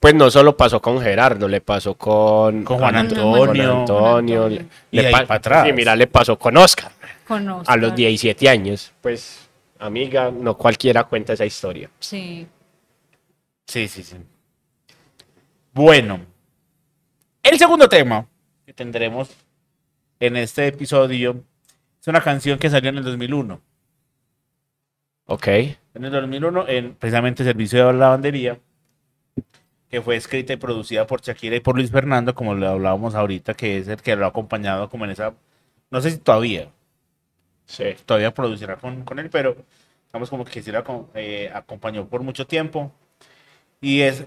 pues no solo pasó con Gerardo, le pasó con,
Con Juan
con
Antonio.
Antonio,
Antonio.
le-
Y
le
ahí
pa-
pa' atrás.
Y mira, le pasó con Oscar
Conozco.
a los 17 años. Pues, amiga, no cualquiera cuenta esa historia.
Sí.
Sí, sí, sí. Bueno, el segundo tema que tendremos en este episodio es una canción que salió en el 2001.
Ok.
en el 2001 en precisamente Servicio de Lavandería, que fue escrita y producida por Shakira y por Luis Fernando, como le hablábamos ahorita, que es el que lo ha acompañado como en esa, no sé si todavía, (laughs)
Sí.
todavía producirá con, con él, pero digamos como que sí lo acom- eh, acompañó por mucho tiempo. Y es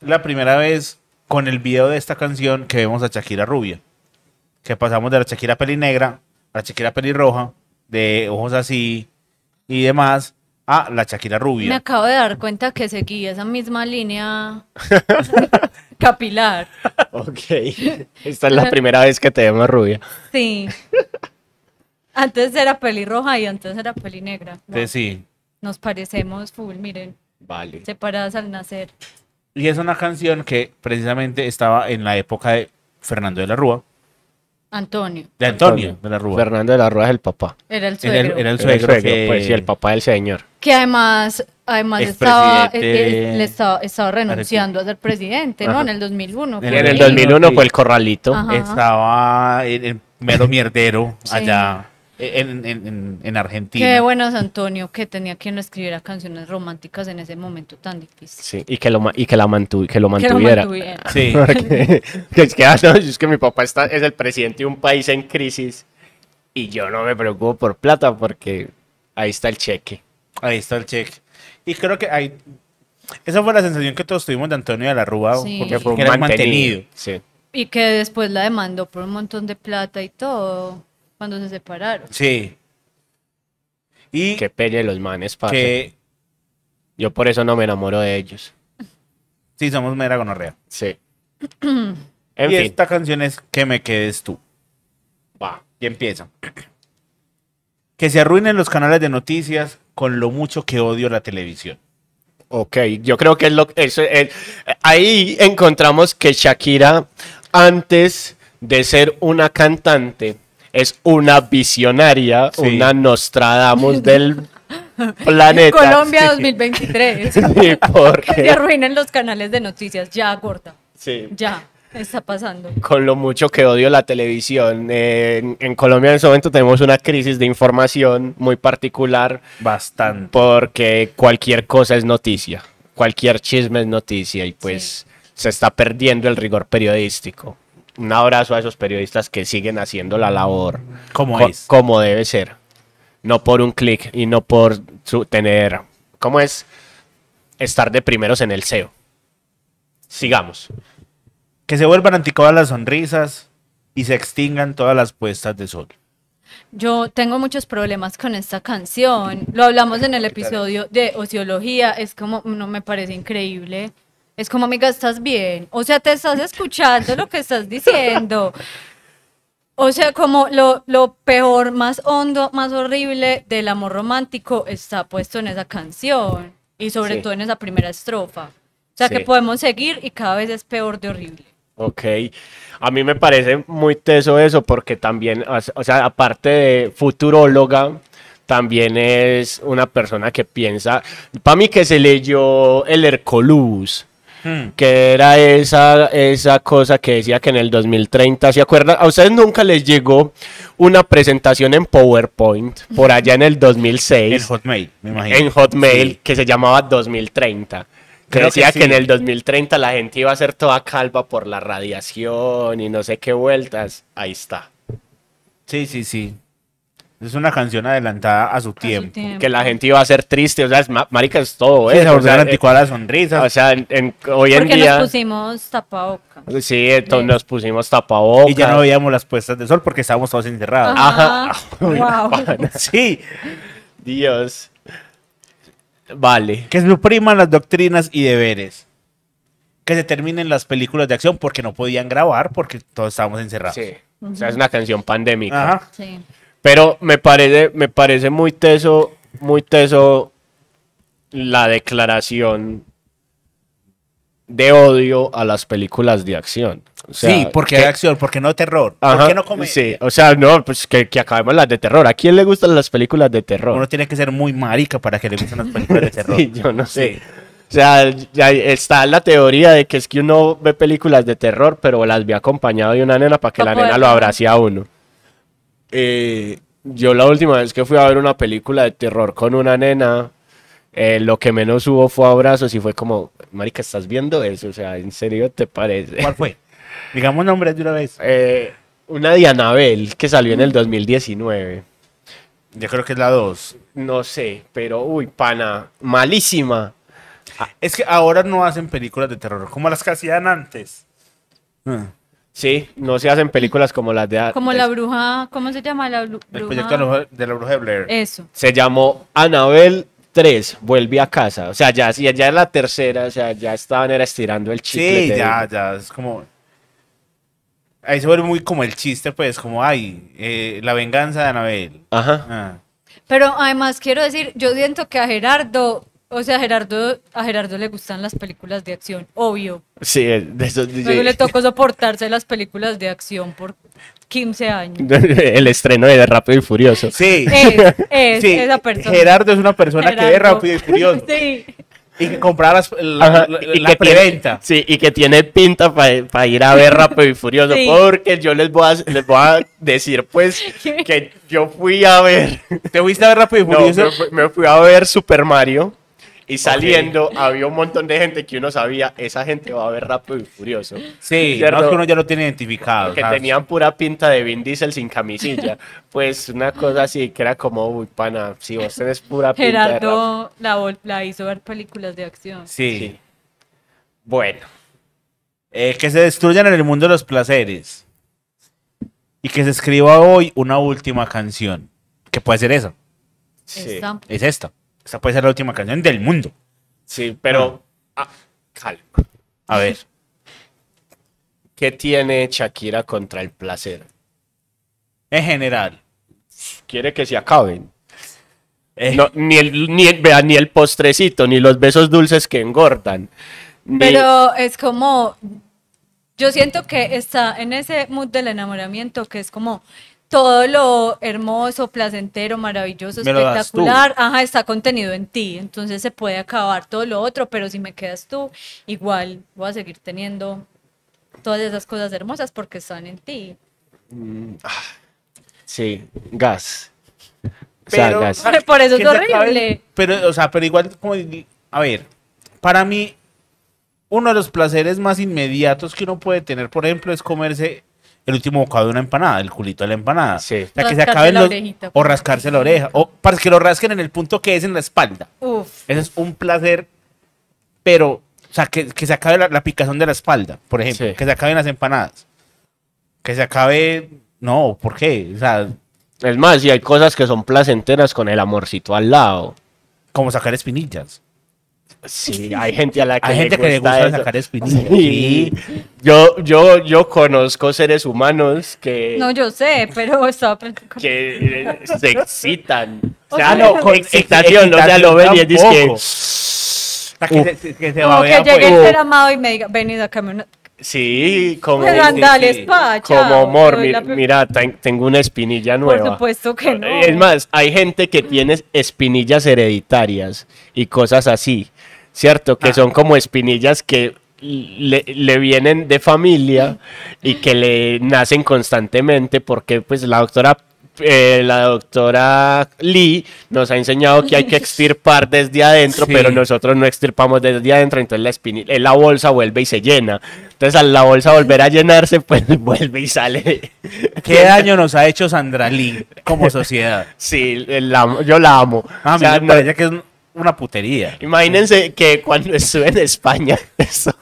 la primera vez con el video de esta canción que vemos a Shakira rubia, que pasamos de la Shakira peli negra a la Shakira peli roja, de ojos así y demás, a la Shakira rubia.
Me acabo de dar cuenta que seguí esa misma línea capilar.
Ok. (laughs) Esta es la primera vez que te vemos rubia.
Sí. Antes era pelirroja y antes era pelinegra. Wow.
Entonces, sí.
Nos parecemos full, miren,
Vale.
separadas al nacer.
Y es una canción que precisamente estaba en la época de Fernando de la Rúa,
Antonio
de Antonio, de la Rúa.
Fernando de la Rueda es el papá.
era el
Era el,
suegro.
era el
Era
suegro. que-
pues, y el papá del señor.
Que además, además estaba,
Expresidente.
eh, eh, le estaba, estaba renunciando a ser presidente, ¿no?
Ajá.
En el 2001.
En
Y en
por
el
ahí.
2001 fue el corralito.
Ajá.
Estaba en, en mero mierdero
Sí.
allá en, en- en- en Argentina.
Qué buenos Antonio que tenía quien no escribiera canciones románticas en ese momento tan difícil.
Sí, y que lo, ma- y que la mantu- que lo
Que lo
mantuviera.
mantuviera.
(laughs)
Sí.
Porque- que es que, ah, no, es que mi papá está, es el presidente de un país en crisis Y yo no me preocupo por plata porque ahí está el cheque.
Ahí está el cheque. Y creo que hay... Esa fue la sensación que todos tuvimos de Antonio de la Rúa,
Sí.
porque
Que fue
que era
mantenido.
mantenido.
Sí.
Y que después la demandó por un montón de plata y todo cuando se separaron.
Sí. Y
Qué pelea de los manes, parce.
que
Yo por eso no me enamoro de ellos.
sí somos mera gonorrea. (clears throat)
Sí. en
y
fin.
esta canción es Que me quedes tú.
Va.
Y empieza. Que se arruinen los canales de noticias con lo mucho que odio la televisión.
Ok, yo creo que es lo eso es- ahí encontramos que Shakira antes de ser una cantante es una visionaria,
Sí.
una Nostradamus del planeta.
Colombia
(laughs)
2023.
Sí,
(laughs) que se
porque
arruinen los canales de noticias. Ya, gorda.
sí,
Ya. Está pasando.
con lo mucho que odio la televisión. eh, en, en Colombia en este momento tenemos una crisis de información muy particular
Bastante.
porque cualquier cosa es noticia, cualquier chisme es noticia y pues se está perdiendo el rigor periodístico. Un abrazo a esos periodistas que siguen haciendo la labor
Como
co-
es.
como debe ser, no por un clic y no por su- tener, ¿cómo es? Estar de primeros en el SEO. Sigamos.
Que se vuelvan anticuadas las sonrisas y se extingan todas las puestas de sol.
Yo tengo muchos problemas con esta canción. Lo hablamos en el episodio de Ociología. Es como, no me parece increíble. Es como, amiga, estás bien. O sea, te estás escuchando lo que estás diciendo. O sea, como lo, lo peor, más hondo, más horrible del amor romántico está puesto en esa canción. Y sobre
Sí.
todo en esa primera estrofa. O sea, que
Sí.
podemos seguir y cada vez es peor de horrible.
Ok, a mí me parece muy teso eso porque también, o s- o sea, aparte de futuróloga, también es una persona que piensa, para mí que se leyó el Hercoluz,
Hmm.
que era esa, esa cosa que decía que en el 2030, ¿se acuerdan? A ustedes nunca les llegó una presentación en PowerPoint por allá en el
En
2006
Hotmail, me imagino.
en Hotmail
Sí.
que se llamaba 2030. Que
Creo que
decía que,
sí.
en el 2030 la gente iba a ser toda calva por la radiación y no sé qué vueltas. Ahí está.
Sí, sí, sí. Es una canción adelantada a su
su
tiempo.
tiempo.
Que la gente iba a ser triste. O sea, es ma- marica, es todo
Sí, se
eso. O
volvieron
sea, eh,
anticuadas las sonrisas.
o sea, en- en- hoy en
Porque
día.
nos pusimos tapabocas.
Sí, entonces
Sí.
nos pusimos tapabocas.
y ya no veíamos las puestas de sol porque estábamos todos encerrados.
(laughs)
Ah.
Ajá.
Wow.
Ah. (laughs) Sí,
Dios. Vale.
que se supriman las doctrinas y deberes. Que se terminen las películas de acción porque no podían grabar porque todos estábamos encerrados.
Sí. O sea, es una canción pandémica.
Ajá.
Sí.
Pero me parece, me parece muy teso, muy teso la declaración de odio a las películas de acción. O sea,
sí, porque
que-
hay acción, porque no terror.
ajá,
porque no comedia.
Sí, o sea, no, pues que, que acabemos las de terror. ¿A quién le gustan las películas de terror?
Uno tiene que ser muy marica para que le gusten las películas (laughs) de terror.
Sí, yo no sé.
Sí.
O sea, ya está la teoría de que es que uno ve películas de terror, pero las ve acompañado de una nena para que
Pa'
la
poder
nena lo
ver.
abrace a uno. Eh, yo la última vez que fui a ver una película de terror con una nena, eh, lo que menos hubo fue abrazos y fue como, marica, ¿estás viendo eso? O sea, ¿en serio te parece?
¿Cuál fue? Digamos nombres de una vez.
(laughs) Eh, una de Anabel que salió en el 2019.
Yo creo que es la 2.
No sé, pero uy, pana, malísima.
Es que ahora no hacen películas de terror como las que hacían antes. Ah.
Sí, no se hacen películas como las de...
Como
de-
la bruja, ¿cómo se llama la bru-
El
bruja? Eh,
proyecto de la bruja- de la bruja de Blair.
Eso.
Se llamó Anabel 3, vuelve a casa. O sea, ya, ya, ya es la tercera, o sea, ya estaban era estirando el chicle.
sí,
te
ya,
digo.
ya, es como... Ahí se vuelve muy como el chiste, pues, como, ay, eh, la venganza de Anabel.
Ajá.
Ah.
Pero además quiero decir, yo siento que a Gerardo, o sea, a Gerardo, a Gerardo le gustan las películas de acción, obvio.
Sí, eh, de eso,
Luego
sí.
le tocó soportarse las películas de acción por 15 años.
(laughs) El estreno de Rápido y Furioso.
Sí, (laughs)
Es, es
sí,
esa persona.
Gerardo es una persona que ve
Gerardo.
rápido y furioso.
(laughs) Sí.
Y que compraba las- la,
Ajá,
la-
y
la
que tiene-
preventa.
sí, y que tiene pinta para ir a ver Rápido y Furioso,
Sí.
porque yo les voy, a, les voy a decir,
(laughs)
pues, que yo fui a ver,
Te fuiste a ver rápido y
no,
furioso.
me, fui- me fui a ver Super Mario Y saliendo había un montón de gente que uno sabía, esa gente va a ver Rápido y Furioso.
Sí,
¿Cierto?
no es que uno ya lo tiene identificado.
Que
¿sabes?
tenían pura pinta de Vin Diesel sin
(laughs)
camisilla. Pues una cosa así que era como, uy, pana, si vos tenés pura pinta. de Rápido".
Gerardo la, vol- la hizo ver películas de acción.
Sí.
Sí. Bueno,
Eh, que se destruyan en el mundo los placeres. Y que se escriba hoy una última canción. Que puede ser esa.
sí.
Esta-
Es esta. Esa puede ser la última canción del mundo.
Sí, pero. ah, calma.
A ver.
¿Qué tiene Shakira contra el placer?
En general.
Quiere que se acaben.
eh,
No, ni, el, ni, el, vea, ni el postrecito, ni los besos dulces que engordan. ni-
Pero es como, yo siento que está en ese mood del enamoramiento que es como todo lo hermoso, placentero, maravilloso,
Me lo das
espectacular, ajá, está contenido en ti, entonces se puede acabar todo lo otro, pero si me quedas tú, igual voy a seguir teniendo todas esas cosas hermosas porque están en ti.
Sí, gas. O sea,
Pero,
gas.
Por eso
que
es
se acabe,
horrible.
Pero, o sea, pero igual, como, di- a ver, para mí, uno de los placeres más inmediatos que uno puede tener, por ejemplo, es comerse el último bocado de una empanada, el culito de la empanada.
Sí.
O sea, que se
Rascarse
acaben
la
los-
orejita.
O rascarse la oreja. O para que lo rasquen en el punto que es en la espalda.
Uf.
Ese es un placer, pero, o sea, que, que se acabe la, la picazón de la espalda, por ejemplo,
Sí.
que se acaben las empanadas, que se acabe, no, ¿por qué? O sea,
Es más, y hay cosas que son placenteras con el amorcito al lado.
como sacar espinillas.
(laughs) Sí, hay gente a la que
Hay gente que le gusta
eso.
sacar espinillas.
Sí. Yo, yo, yo conozco seres humanos que,
No, yo sé, pero (laughs) estaba pensando-
que eh, se excitan. O
(laughs) O
sea,
sea,
no, con
ex-
excitación, o sea, lo ven y es
excitación
disque.
tampoco. O sea, que,
Uf.
se- se, que se
Como que
babea,
llegue
pues.
el ser amado y me diga, ven y sácame una...
Sí,
(laughs)
como,
Pues andale,
sí.
spa,
como
chao,
amor.
soy
mi-
la pe-
mira, ten- tengo una espinilla
Por
nueva.
supuesto que no.
Es más, hay gente que tiene espinillas hereditarias y cosas así, ¿cierto? Que son como espinillas que le, le vienen de familia y que le nacen constantemente porque pues la doctora... eh, la doctora Lee nos ha enseñado que hay que extirpar desde adentro,
Sí.
pero nosotros no extirpamos desde adentro, entonces la espinilla, eh, la bolsa vuelve y se llena. Entonces al la bolsa volver a llenarse, (laughs) pues vuelve y sale.
¿Qué daño nos ha hecho Sandra Lee como sociedad?
Sí, la amo- yo la amo.
A
O
mí
sea,
me
no-
parece que es un- una putería.
imagínense que cuando estuve en España, (laughs) eso-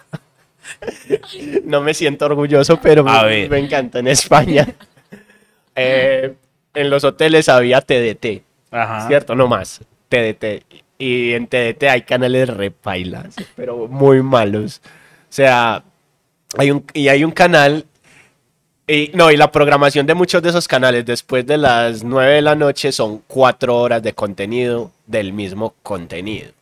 no me siento orgulloso, pero
A
me,
ver.
me encanta en España. Eh, en los hoteles había TDT,
Ajá.
¿cierto? No más, TDT. Y en TDT hay canales repailas, pero muy malos. O sea, hay un, y hay un canal y, no, y la programación de muchos de esos canales después de las 9 de la noche son 4 horas de contenido del mismo contenido.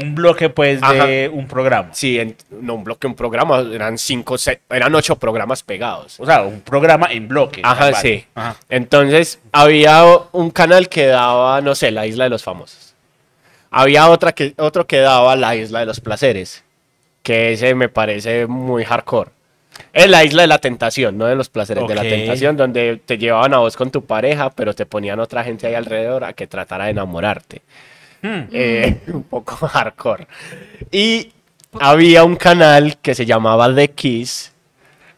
Un bloque, pues, de
Ajá.
un programa.
Sí, en, no un bloque, un programa, eran 5, eran 8 programas pegados.
O sea, un programa en bloque.
Ajá,
Vale.
sí.
Ajá.
Entonces, había o- un canal que daba, no sé, la Isla de los Famosos. Había otra que, otro que daba la Isla de los Placeres, que ese me parece muy hardcore. Es la Isla de la Tentación, no de los Placeres, de la
Ok.
Tentación, donde te llevaban a vos con tu pareja, pero te ponían otra gente ahí alrededor a que tratara de enamorarte.
Mm.
Eh, (laughs) un poco hardcore. Y había un canal que se llamaba The Kiss,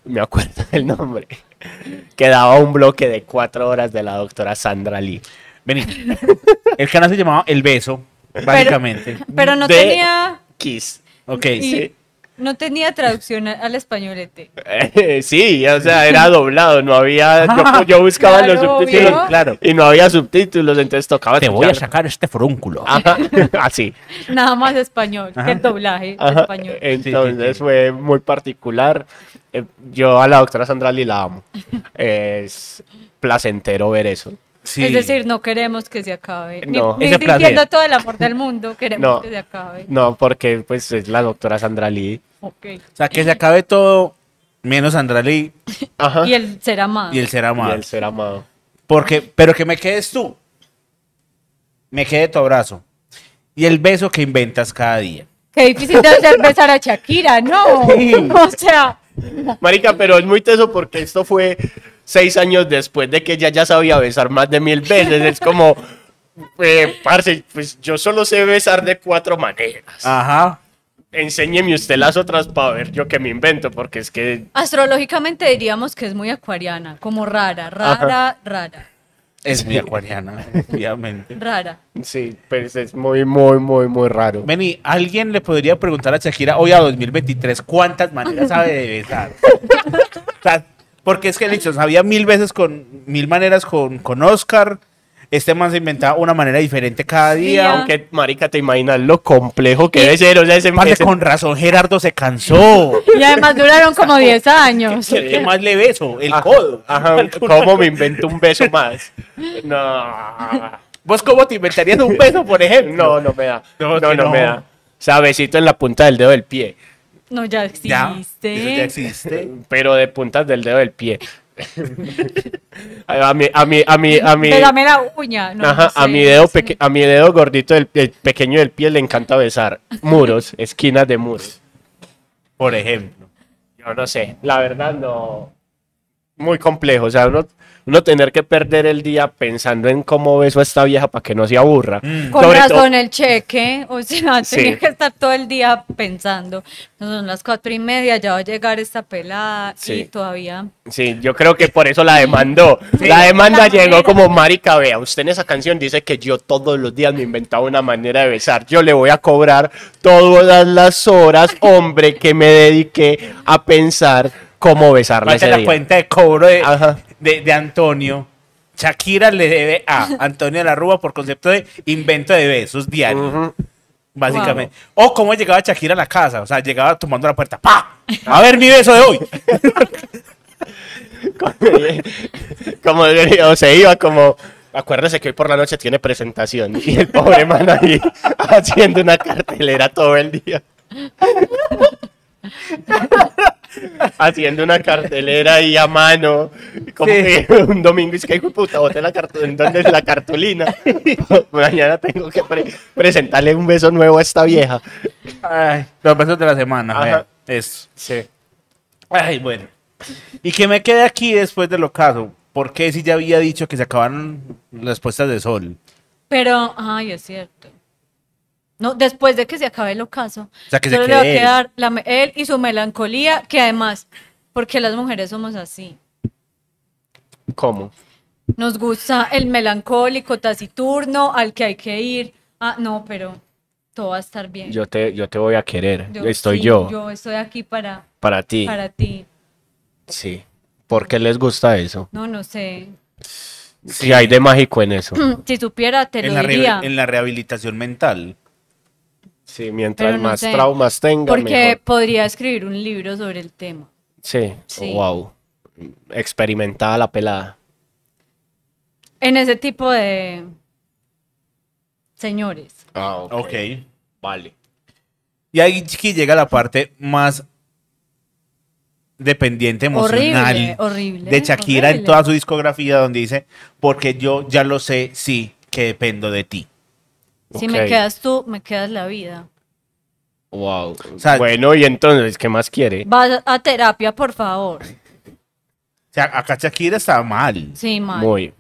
me acuerdo del nombre, (laughs) que daba un bloque de cuatro horas de la doctora Sandra Lee.
Vení. El canal se llamaba El Beso, básicamente.
Pero no
de-
tenía...
Kiss.
ok,
y-
sí.
No tenía traducción a- al españolete.
Eh, sí, o sea, era doblado, no había, yo, yo buscaba en los
Claro,
subtítulos,
obvio.
claro, y no había subtítulos, entonces tocaba
Te voy a
escuchar.
sacar este forúnculo.
Ajá, (laughs) Ah, así.
Nada más español,
Ajá.
que el doblaje
Ajá, Eh,
español.
Entonces
Sí, sí, sí.
fue muy particular. Eh, Yo a la doctora Sandra Lee la
(laughs)
amo. es placentero ver eso.
Sí.
Es decir, no queremos que se acabe. Ni-
No.
ni
Ese placer.
sintiendo todo el amor del mundo, queremos
No.
que se acabe.
No, porque pues es la doctora Sandra Lee.
Ok.
O sea, que se acabe todo, menos Sandra Lee
Ajá.
Y el ser amado.
y el ser
Y
amado.
el ser amado.
Porque, pero que me quedes tú. Me quede tu abrazo. Y el beso que inventas cada día.
Qué difícil de hacer besar a Shakira, ¿no? (laughs) O sea,
Marica, pero es muy teso porque esto fue seis años después de que ella ya sabía besar más de mil veces. Es como, eh, parce, pues yo solo sé besar de cuatro maneras.
Ajá.
Enséñeme usted las otras para ver yo que me invento, porque es que
Astrológicamente diríamos que es muy acuariana, como rara, rara, rara,
Es muy acuariana, obviamente.
rara.
sí, pues es muy, muy, muy, muy raro.
Vení, alguien le podría preguntar a Shakira hoy a 2023 cuántas maneras sabe de besar. O sea, porque es que dicho, sabía mil veces con mil maneras con, con Oscar. Este man se inventaba una manera diferente cada día.
ya.
Aunque, marica, te imaginas lo complejo que debe ser, o sea, ese,
Aparte,
ese-
con razón Gerardo
(laughs)
se cansó.
Y además duraron como 10 años.
¿Qué más le beso? El
Ajá,
codo.
Ajá, ¿cómo me invento un beso más? No,
¿Vos cómo te inventarías
(laughs)
un beso, por ejemplo?
no, no me da.
No,
No,
que
no,
no.
me da. O sea, besito en la punta del dedo del pie,
No, ya existe.
Ya, eso ya existe.
pero de puntas del dedo del pie. (laughs) a mí, a mí, a mí, a mí.
Pégame la uña. No,
Ajá,
no
a
sé,
mi dedo
no sé.
peque- a mi dedo gordito del el pequeño del pie le encanta besar muros, esquinas de muros.
Por ejemplo.
Yo no sé, la verdad no muy complejo, o sea, uno, uno tener que perder el día pensando en cómo beso a esta vieja para que no se aburra.
Mm.
Con
Sobre todo-
razón el cheque, o sea, (laughs)
Sí.
tenía que estar todo el día pensando. No, son las cuatro y media, ya va a llegar esta pelada y
Sí.
todavía.
Sí, yo creo que por eso la
(laughs)
demandó. La demanda
La
llegó
manera.
como marica, vea, usted en esa canción dice que yo todos los días me inventaba una manera de besar. Yo le voy a cobrar todas las horas, hombre, que me dediqué a pensar cómo besarla
Vaya
ese
la
día.
cuenta de cobro de,
Ajá.
de, de Antonio. Shakira le debe a Antonio de la Rúa por concepto de invento de besos diario,
Ujú.
básicamente. O cómo llegaba Shakira a la casa, o sea, llegaba tomando la puerta, ¡pa! A ver mi beso
(laughs)
de hoy.
(laughs) como o se iba como acuérdese que hoy por la noche tiene presentación y el pobre man ahí (laughs) haciendo una cartelera todo el día (laughs) haciendo una cartelera ahí a mano como
Sí.
que un domingo y es que hijo de puta boté la cartulina ¿dónde es la cartulina? (laughs) mañana tengo que pre- presentarle un beso nuevo a esta vieja
Ay, los besos de la semana,
Ajá.
vea, eso.
sí
Ay, bueno. ¿Y qué me queda aquí después del ocaso? Porque si ya había dicho que se acabaron las puestas de sol.
Pero, ay, es cierto. No, después de que se acabe el ocaso,
O sea, que se
solo le va a
quede él.
quedar la me- él y su melancolía, que además, porque las mujeres somos así.
¿cómo?
Nos gusta el melancólico, taciturno, al que hay que ir. Ah, no, pero todo va a estar bien.
yo te, yo te voy a querer
Yo-
estoy
sí,
yo,
Yo estoy aquí para,
para ti
para ti.
sí ¿por qué les gusta eso?
No, no sé.
Si hay de mágico en eso.
(clears throat) Si supiera, te
En
lo
la, re-
diría.
en la rehabilitación mental.
Sí, mientras
Pero no
más
sé.
traumas tenga,
Porque
mejor.
podría escribir un libro sobre el tema.
Sí.
Sí.
wow. Experimentada la pelada.
En ese tipo de señores.
Ah,
ok.
Vale.
Y ahí que llega la parte más dependiente emocional
Horrible, horrible.
de Shakira en
horrible.
toda su discografía donde dice, porque yo ya lo sé, sí, que dependo de ti.
Si me
Ok.
quedas tú, me quedas la vida.
Wow.
sea,
bueno, y entonces, ¿qué más quiere?
Vas a terapia, por favor.
O sea, acá Shakira está mal.
Sí, mal.
Muy. O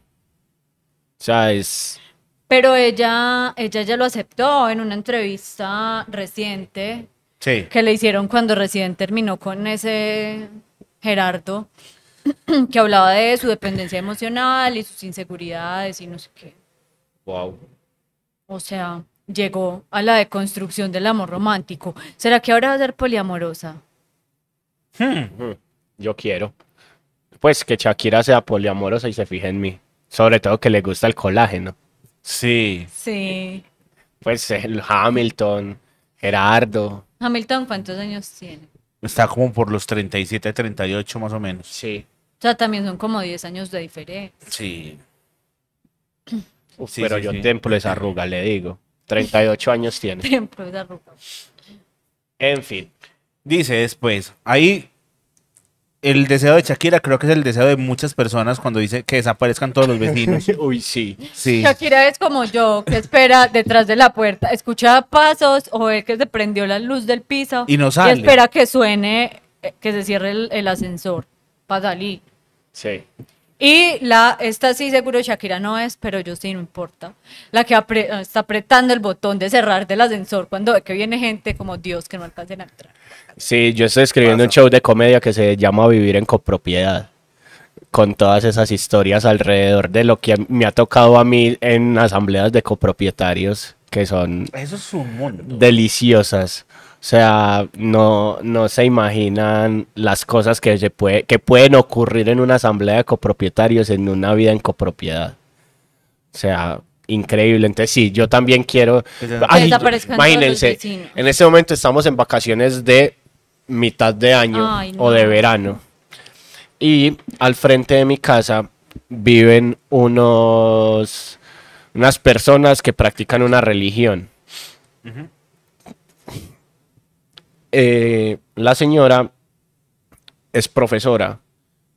sea, es.
Pero ella, ella ya lo aceptó en una entrevista reciente
Sí.
que le hicieron cuando recién terminó con ese Gerardo, (clears throat) que hablaba de su dependencia emocional y sus inseguridades y no sé qué.
Wow.
O sea, llegó a la deconstrucción del amor romántico. ¿Será que ahora va a ser poliamorosa?
Hmm.
Yo quiero. Pues que Shakira sea poliamorosa y se fije en mí. Sobre todo que le gusta el colágeno.
Sí.
Sí.
Pues el Hamilton, Gerardo.
Hamilton, ¿cuántos años tiene?
Está como por los 37, 38 más o menos.
Sí.
O sea, también son como 10 años de diferencia. (laughs)
Sí. Sí,
pero
sí,
yo
sí.
templo esa arruga, le digo. 38 años tiene.
Siempre esa ropa.
En fin.
Dice después, ahí el deseo de Shakira creo que es el deseo de muchas personas cuando dice que desaparezcan todos
(laughs)
los vecinos.
Uy, sí.
Sí.
Shakira es como yo, que espera detrás de la puerta, escucha pasos o ve que se prendió la luz del piso
Y no sale.
espera que suene, eh, que se cierre el, el ascensor para salir.
Sí.
Y la, esta sí seguro Shakira no es, pero yo sí, no importa. La que apre- está apretando el botón de cerrar del ascensor cuando ve que viene gente como Dios que no alcancen a entrar.
Sí, yo estoy escribiendo un show de comedia que se llama Vivir en copropiedad, con todas esas historias alrededor de lo que me ha tocado a mí en asambleas de copropietarios, que son
Eso es un mundo.
deliciosas. O sea, no, no se imaginan las cosas que, se puede, que pueden ocurrir en una asamblea de copropietarios, en una vida en copropiedad. O sea, increíble. Entonces, sí, yo también quiero...
Que se-
Ay,
desaparezcan todos los
imagínense,
vecinos.
en este momento estamos en vacaciones de mitad de año
Ay,
o de
no.
verano. Y al frente de mi casa viven unos, unas personas que practican una religión. Eh, la señora es profesora,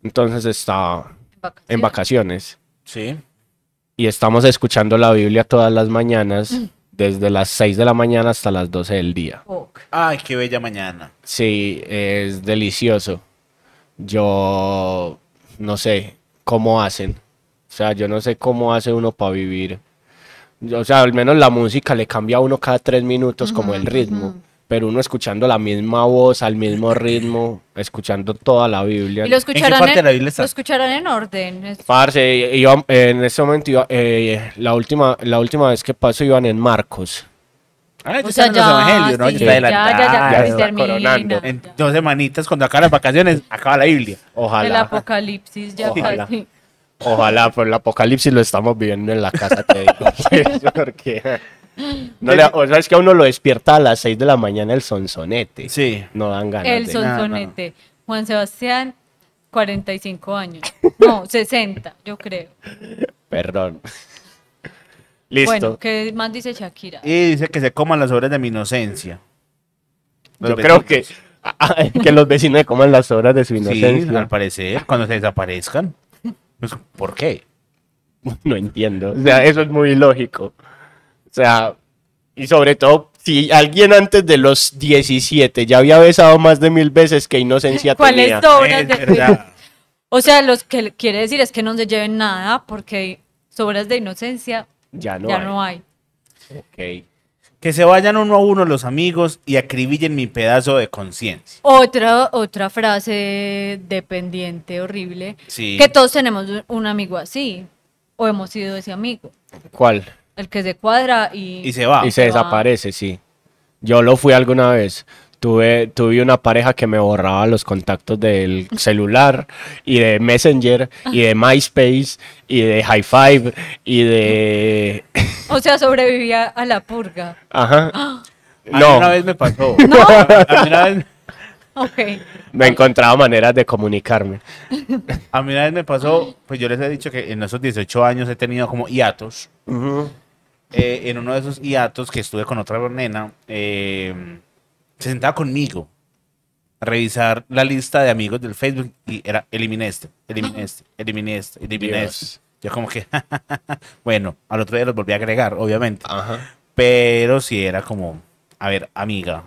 entonces está en vacaciones
Sí.
y estamos escuchando la Biblia todas las mañanas,
Mm.
desde las 6 de la mañana hasta las 12 del día.
Fuck.
Ay, qué bella mañana.
Sí, es delicioso. Yo no sé cómo hacen. O sea, yo no sé cómo hace uno para vivir. Yo- O sea, al menos la música le cambia a uno cada tres minutos como el ritmo. Pero uno escuchando la misma voz, al mismo ritmo, escuchando toda la Biblia.
Y lo
¿En qué
escucharán
parte
en,
de la Biblia está?
lo escucharán en orden. es-
Parce, iba- en ese momento iba- eh, la última, la última vez que pasó iban en Marcos.
Ah,
O
tú
sea,
sabes los evangelios, ¿no?
sí,
Yo estoy
ya, ya, ya,
adelantado.
casi
está
termina,
coronando.
ya.
En dos semanitas, cuando acaban las vacaciones, acaba la Biblia.
Ojalá.
El apocalipsis ya
Ojalá.
casi.
Ojalá, pero el apocalipsis lo estamos viviendo en la casa, te digo. (laughs) pues, Porque no le- o sea, es que a uno lo despierta a las 6 de la mañana el sonsonete.
Sí.
No dan ganas.
El
de-
son-
sonsonete. Juan Sebastián,
(laughs)
45 años. No, 60, yo creo.
(laughs)
Perdón. Listo.
Bueno, ¿qué más dice Shakira?
Y dice que se coman las obras de mi inocencia. Los
Yo creo que, ah, (laughs)
benditos.
que los vecinos le coman las horas de su
Sí,
inocencia.
al parecer, cuando se desaparezcan. Pues, ¿Por qué?
(laughs) No entiendo. O sea, eso es muy ilógico. O sea, y sobre todo, si alguien antes de los 17 ya había besado más de mil veces, que
(laughs)
inocencia
¿Cuáles
tenía?
obras
Es
de
verdad.
O sea, los que le- quiere decir es que no se lleven nada porque sobras de inocencia
Ya no
ya
hay.
no hay.
Ok.
Que se vayan uno a uno los amigos y acribillen mi pedazo de conciencia.
Otra, otra frase dependiente horrible.
Sí.
Que todos tenemos un- un amigo así. O hemos sido ese amigo.
¿Cuál?
El que se cuadra y,
Y se va.
Y se
Ah.
desaparece, sí. Yo lo fui alguna vez. Tuve, tuve una pareja que me borraba los contactos del celular y de Messenger y de MySpace y de High Five y de... (laughs)
O sea, sobrevivía a la purga.
Ajá.
A mí
No,
una vez me pasó.
No.
A, mí una vez,
Ok.
me encontraba maneras de comunicarme.
a mí una vez me pasó, pues yo les he dicho que en esos 18 años he tenido como hiatos. Eh, en uno de esos hiatos que estuve con otra nena, eh, se sentaba conmigo a revisar la lista de amigos del Facebook y era, eliminé este, eliminé este, eliminé este, eliminé
Dios.
este. Yo como que, (laughs) bueno, al otro día los volví a agregar, obviamente.
Ajá.
Pero sí era como, a ver, amiga.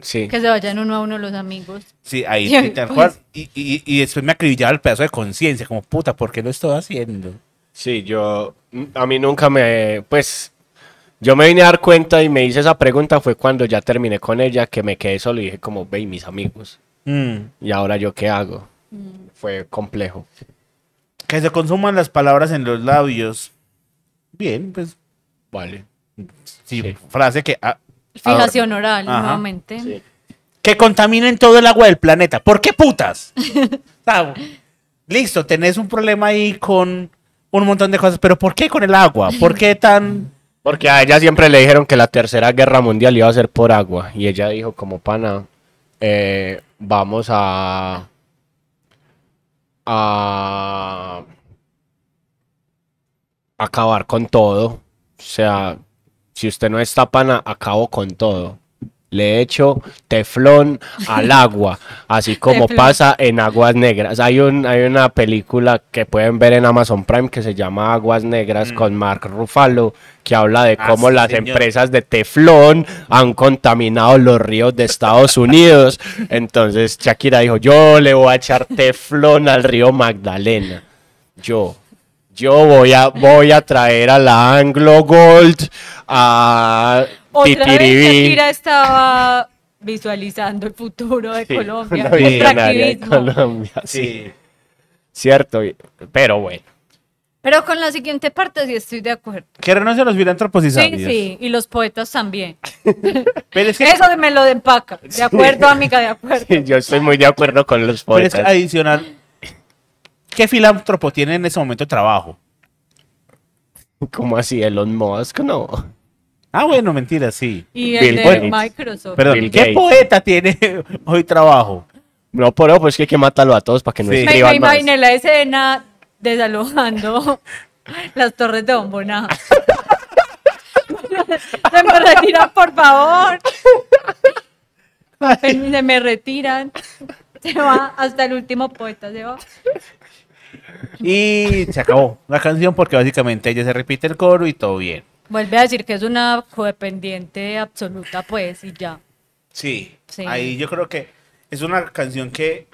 Sí.
Que se vayan uno a uno los amigos.
Sí,
(laughs)
ahí
Y
sí,
ahí,
tal
pues.
cual. Y, y- y después me acribillaba el pedazo de conciencia, como, puta, ¿por qué lo estoy haciendo?
Sí, yo, a mí nunca me, pues, yo me vine a dar cuenta y me hice esa pregunta fue cuando ya terminé con ella, que me quedé solo y dije como, ve, ¿y mis amigos,
Mm.
¿y ahora yo qué hago? Fue complejo.
Que se consuman las palabras en los labios. Bien, pues
Vale.
Sí,
Sí.
frase que, ah,
Fijación oral,
Ajá.
nuevamente.
Sí.
que contaminen todo el agua del planeta. ¿Por qué
(laughs)
putas? Ah, Listo, tenés un problema ahí con un montón de cosas, pero ¿por qué con el agua? ¿Por qué tan...?
Porque a ella siempre le dijeron que la tercera guerra mundial iba a ser por agua. Y ella dijo como pana, eh, vamos a... a... acabar con todo. O sea, si usted no está pana, acabo con todo. Le echo teflón al agua, así como
Teflón.
pasa en Aguas Negras. Hay, un, hay una película que pueden ver en Amazon Prime que se llama Aguas Negras con Mark Ruffalo, que habla de
Ah,
cómo
sí,
las
señor.
empresas de teflón han contaminado los ríos de Estados Unidos. Entonces Shakira dijo, yo le voy a echar teflón al río Magdalena. Yo. Yo voy a, voy a traer a la Anglo Gold, a
Otra vez
Titiribí.
Shakira estaba visualizando el futuro de
Sí,
Colombia.
una
el
visionaria de
extractivismo.
Colombia, sí. Cierto, y- pero bueno.
Pero con la siguiente parte sí estoy de acuerdo.
Que renuncien los filántropos y
Sí,
sabios.
sí, y los
(laughs)
poetas también.
Pero es que,
Eso de me lo empaca. De acuerdo, amiga, de acuerdo.
Sí, yo estoy muy de acuerdo con los
pero es
poetas.
que adicional, ¿qué filántropo tiene en ese momento trabajo?
¿Cómo así? Elon Musk, no.
Ah, bueno, mentira, sí.
Y
Bill
el de
Gates.
Microsoft.
Perdón,
Bill
¿qué
Gates.
poeta tiene (laughs) hoy trabajo?
No, pero pues que hay que matarlo a todos para que no
Sí.
me,
escriban
me
más.
imaginé la escena desalojando (laughs) las torres
(laughs)
de Bombona. (laughs) se me retiran, por favor. Se me retiran. (laughs) Se va hasta el último poeta, se va.
(laughs) Y se acabó la canción porque básicamente ella se repite el coro y todo bien.
Vuelve a decir que es una codependiente absoluta, pues, y ya.
Sí.
Sí.
Ahí yo creo que es una canción que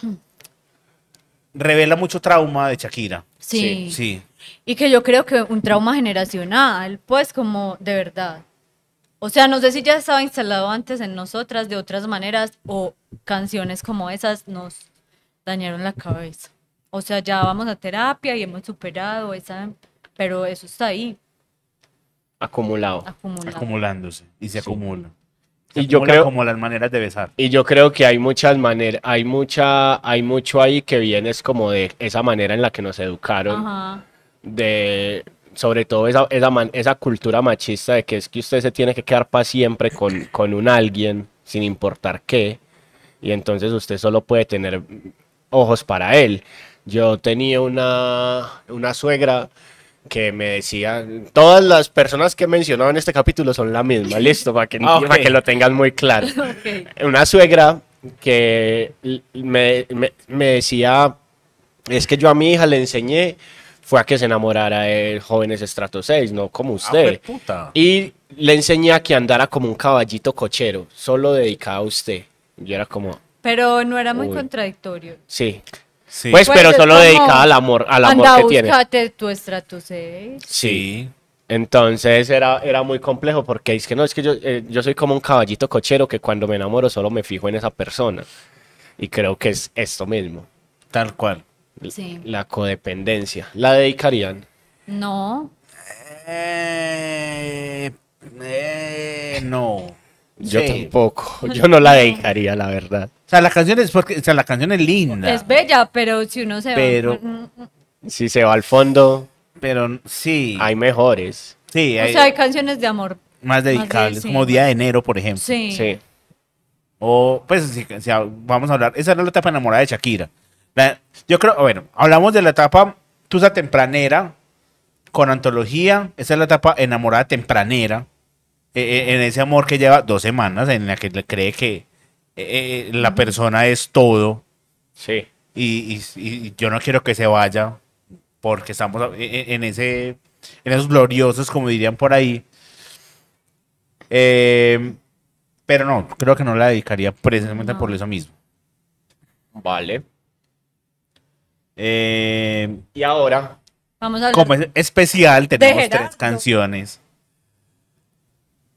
revela mucho trauma de Shakira.
Sí.
Sí.
Y que yo creo que un trauma generacional, pues como de verdad. O sea, no sé si ya estaba instalado antes en nosotras de otras maneras o canciones como esas nos dañaron la cabeza. O sea, ya vamos a terapia y hemos superado esa, pero eso está ahí
Acumulado.
acumulado.
Acumulándose. Y se acumula. Se
Y yo
acumula
creo-
como las maneras de besar.
Y yo creo que hay muchas maneras, hay mucha, hay mucho ahí que viene es como de esa manera en la que nos educaron,
Ajá. (laughs)
de sobre todo esa, esa, man- esa cultura machista de que es que usted se tiene que quedar para siempre con, con un alguien, sin importar qué, y entonces usted solo puede tener ojos para él. Yo tenía una, una suegra que me decía, todas las personas que he mencionado en este capítulo son la misma, listo, para que,
Ah, ok.
para que lo tengan muy claro
Ok.
una suegra que l- me, me- me decía, es que yo a mi hija le enseñé, fue a que se enamorara de jóvenes estrato 6, no como usted.
Ah, pues, puta.
y le enseñé a que andara como un caballito cochero, solo dedicado a usted. Yo era como,
Pero no era muy
Uy.
contradictorio.
sí.
Sí.
Pues,
Pues
pero
es
solo
como,
dedicada al amor, al
Anda,
amor que tiene.
búscate tu estrato 6.
Sí. Entonces era, era muy complejo porque es que no, es que yo, eh, yo soy como un caballito cochero que cuando me enamoro solo me fijo en esa persona. Y creo que es esto mismo.
Tal cual.
Sí.
La codependencia. La dedicarían.
No.
Eh, eh, no.
Yo
Sí.
tampoco. (laughs) Yo no la dedicaría, la verdad.
O sea, la canción es porque, o sea, la canción es linda.
Es bella, pero si uno se va- mm,
Pero-
Si se va al fondo,
Pero sí.
hay mejores.
sí,
O
hay
sea, hay canciones de amor.
más dedicables.
sí.
Como Día de Enero, por ejemplo.
Sí.
Sí.
O, pues, sí, o sea, vamos a hablar. Esa era la etapa enamorada de Shakira. La- yo creo, bueno, hablamos de la etapa Tusa tempranera con antología. Esa es la etapa enamorada tempranera. eh, eh, en ese amor que lleva dos semanas, en la que le cree que eh, eh, la persona es todo.
Sí.
Y, y- y yo no quiero que se vaya porque estamos a- e- e- en ese en esos gloriosos como dirían por ahí Eh, pero no creo que no la dedicaría precisamente
No.
por eso mismo
Vale.
Eh,
Y ahora,
Vamos a hablar.
como es especial
De
tenemos
Gerardo.
tres canciones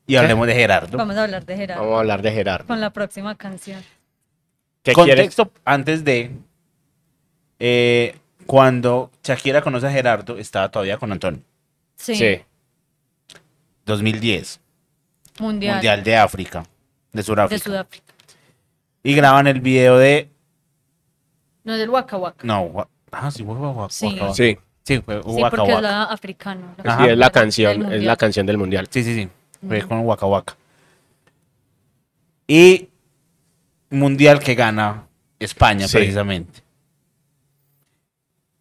y hablemos de Gerardo
Vamos a hablar de Gerardo
vamos a hablar de Gerardo.
con la próxima canción.
¿Qué quieres?
Contexto antes de eh, cuando Shakira conoce a Gerardo estaba todavía con Antonio
Sí.
Sí.
2010
Mundial,
Mundial de África, de
de
Sudáfrica.
Sudáfrica.
y graban el video de.
No es del Waka Waka.
No, gua- ah, sí, fue Waka
Sí.
Waka.
Sí.
Sí, fue
Sí,
Waka
porque es
Waka.
la africano.
Ajá.
Sí, es la
Del
canción, es
mundial.
la canción del mundial.
Sí, sí, sí. Fue
Mm.
con Waka Waka. Y Mundial que gana España,
Sí.
precisamente.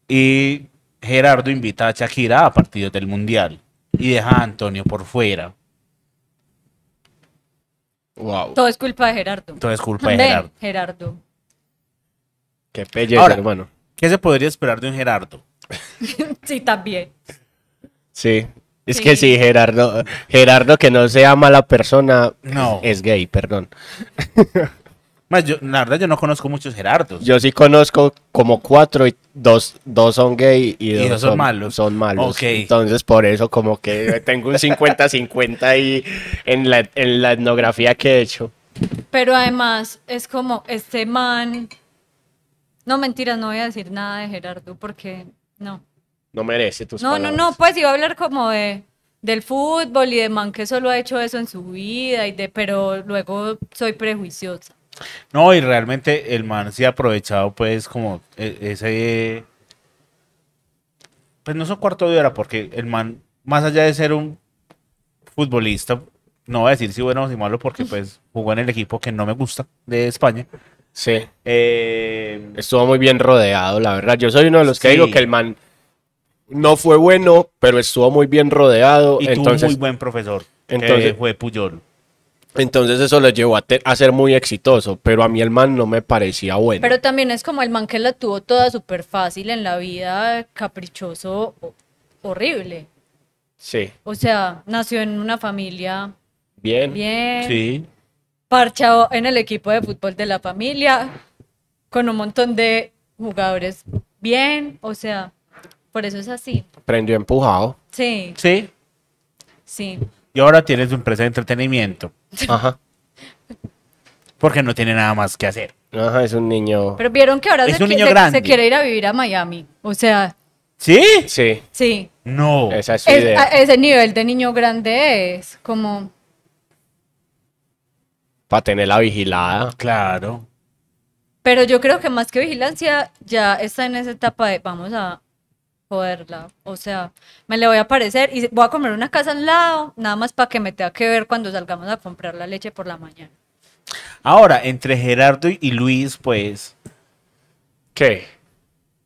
Y Gerardo invita a Shakira a partidos del Mundial. Y deja a Antonio por fuera.
Wow.
Todo es culpa de Gerardo.
Entonces, culpa de
Ven,
Gerardo.
Gerardo. (laughs)
Qué belleza,
Ahora.
hermano.
¿Qué se podría esperar de un Gerardo?
Sí, también.
Sí. Es
Sí.
que sí, Gerardo, Gerardo que no sea mala persona
No.
es gay, perdón.
Más, yo, la verdad, yo no conozco muchos Gerardos.
Yo sí conozco como cuatro y dos, dos son gay y dos,
dos son malos.
Son malos.
Ok.
Entonces por eso como que tengo un 50-50 ahí en la, en la etnografía que he hecho.
Pero además es como este man. No, mentiras, no voy a decir nada de Gerardo porque no.
No merece tus
No, no,
palabras.
no, pues iba a hablar como de del fútbol y de man que solo ha hecho eso en su vida y de pero luego soy prejuiciosa.
No, y realmente el man sí ha aprovechado, pues, como e- ese. Pues no son cuarto de hora, porque el man, más allá de ser un futbolista, no voy a decir si bueno o si malo, porque pues jugó en el equipo que no me gusta de España.
Sí.
Eh,
Estuvo muy bien rodeado, la verdad. Yo soy uno de los que
Sí.
digo que el man no fue bueno, pero estuvo muy bien rodeado.
y tuvo
entonces,
muy buen profesor. Entonces
entonces-
fue Puyol.
entonces eso lo llevó a, te- a ser muy exitoso. Pero a mí el man no me parecía bueno.
Pero también es como el man que la tuvo toda súper fácil en la vida, caprichoso, ho- horrible.
sí,
O sea, nació en una familia
bien.
bien,
Sí.
parchado en el equipo de fútbol de la familia, con un montón de jugadores bien, o sea, por eso es así.
Prendió
(laughs)
empujado.
Sí,
Sí.
sí.
Y ahora tiene su empresa de entretenimiento,
Ajá.
porque no tiene nada más que hacer.
Ajá, es un niño.
Pero vieron que ahora
Es
se,
un
qui-
niño
se-
grande.
se quiere ir a vivir a Miami. O sea,
¿Sí?
Sí,
sí.
No.
esa Ah, es su
Es-
idea.
a- ese nivel de niño grande es como...
Para tenerla vigilada.
Claro.
Pero yo creo que más que vigilancia ya está en esa etapa de vamos a joderla. O sea, me le voy a aparecer y voy a comprar una casa al lado, nada más para que me tenga que ver cuando salgamos a comprar la leche por la mañana.
Ahora, entre Gerardo y Luis, pues,
¿Qué?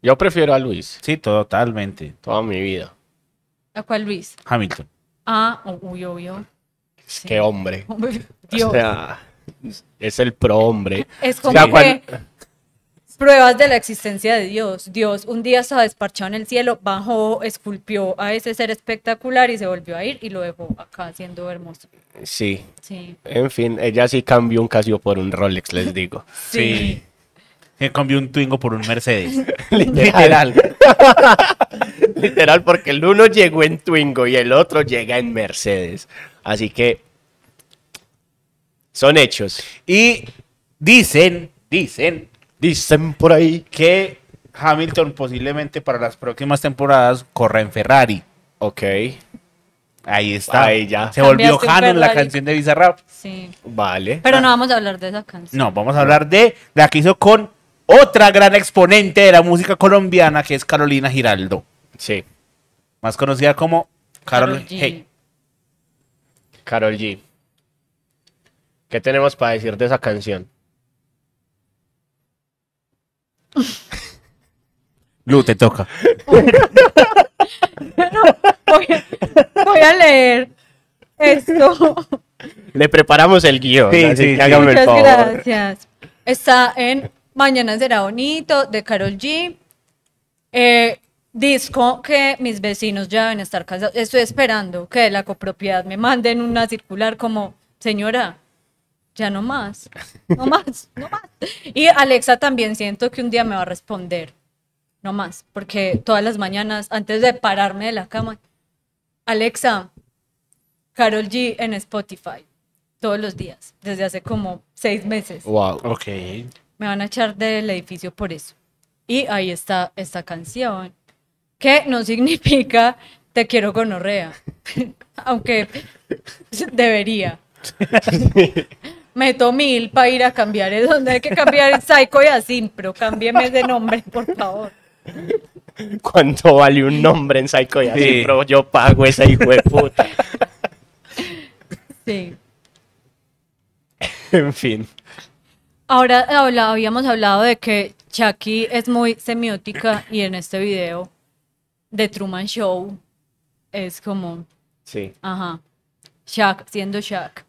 Yo prefiero a Luis
sí, totalmente.
toda mi vida.
¿A cuál Luis?
Hamilton.
Ah, oh, uy, obvio. (laughs) Sí.
Qué hombre.
Dios.
O sea, es el pro hombre.
Es como
sea,
que pruebas de la existencia de Dios. Dios un día se desparchó en el cielo, bajó, esculpió a ese ser espectacular y se volvió a ir y lo dejó acá siendo hermoso.
Sí.
Sí.
En fin, ella sí cambió un Casio por un Rolex, les digo.
Sí.
Que cambió Eh, un Twingo por un
(laughs)
Mercedes.
Literal. (laughs) Literal, porque el uno llegó en Twingo y el otro llega en Mercedes. Así que son hechos.
Y dicen, dicen
Dicen por ahí.
que Hamilton posiblemente para las próximas temporadas corra en Ferrari.
Ok,
Ahí está.
Ahí ya.
Se volvió
Cambiaste un
Hanon la
Ferrari.
canción de Bizarrap.
Sí.
vale.
Pero no vamos a hablar de esa canción.
No, vamos a hablar de la que hizo con otra gran exponente de la música colombiana, que es Carolina Giraldo.
Sí,
Más conocida como Carol
Karol G.
Hey.
Carol G. ¿Qué tenemos para decir de esa canción?
Lu, te toca.
Voy, a- voy a leer esto.
Le preparamos el guión,
Sí,
así
sí,
que
sí.
hágame el
Muchas
favor.
gracias. Está en Mañana será bonito de Carol G. Eh, disco que mis vecinos ya deben estar casados. Estoy esperando que de la copropiedad me manden una circular como, señora, ya no más, no más, no más. Y Alexa también siento que un día me va a responder, no más, porque todas las mañanas antes de pararme de la cama, Alexa, Carol G en Spotify, todos los días, desde hace como seis meses.
Wow.
Ok.
Me van a echar del edificio por eso. Y ahí está esta canción, que no (laughs) significa te quiero gonorrea, (laughs) aunque debería. Meto mil para ir a cambiar, es donde hay que cambiar el psycho y así, pero cámbieme de nombre, por favor.
¿Cuánto vale un nombre en Psycho y así,
Sí.
bro? Yo pago esa hijo de
(laughs)
puta.
Sí.
en fin.
Ahora habla- habíamos hablado de que Chucky es muy semiótica y en este video de Truman Show es como,
Sí.
ajá, Shaq siendo Shaq.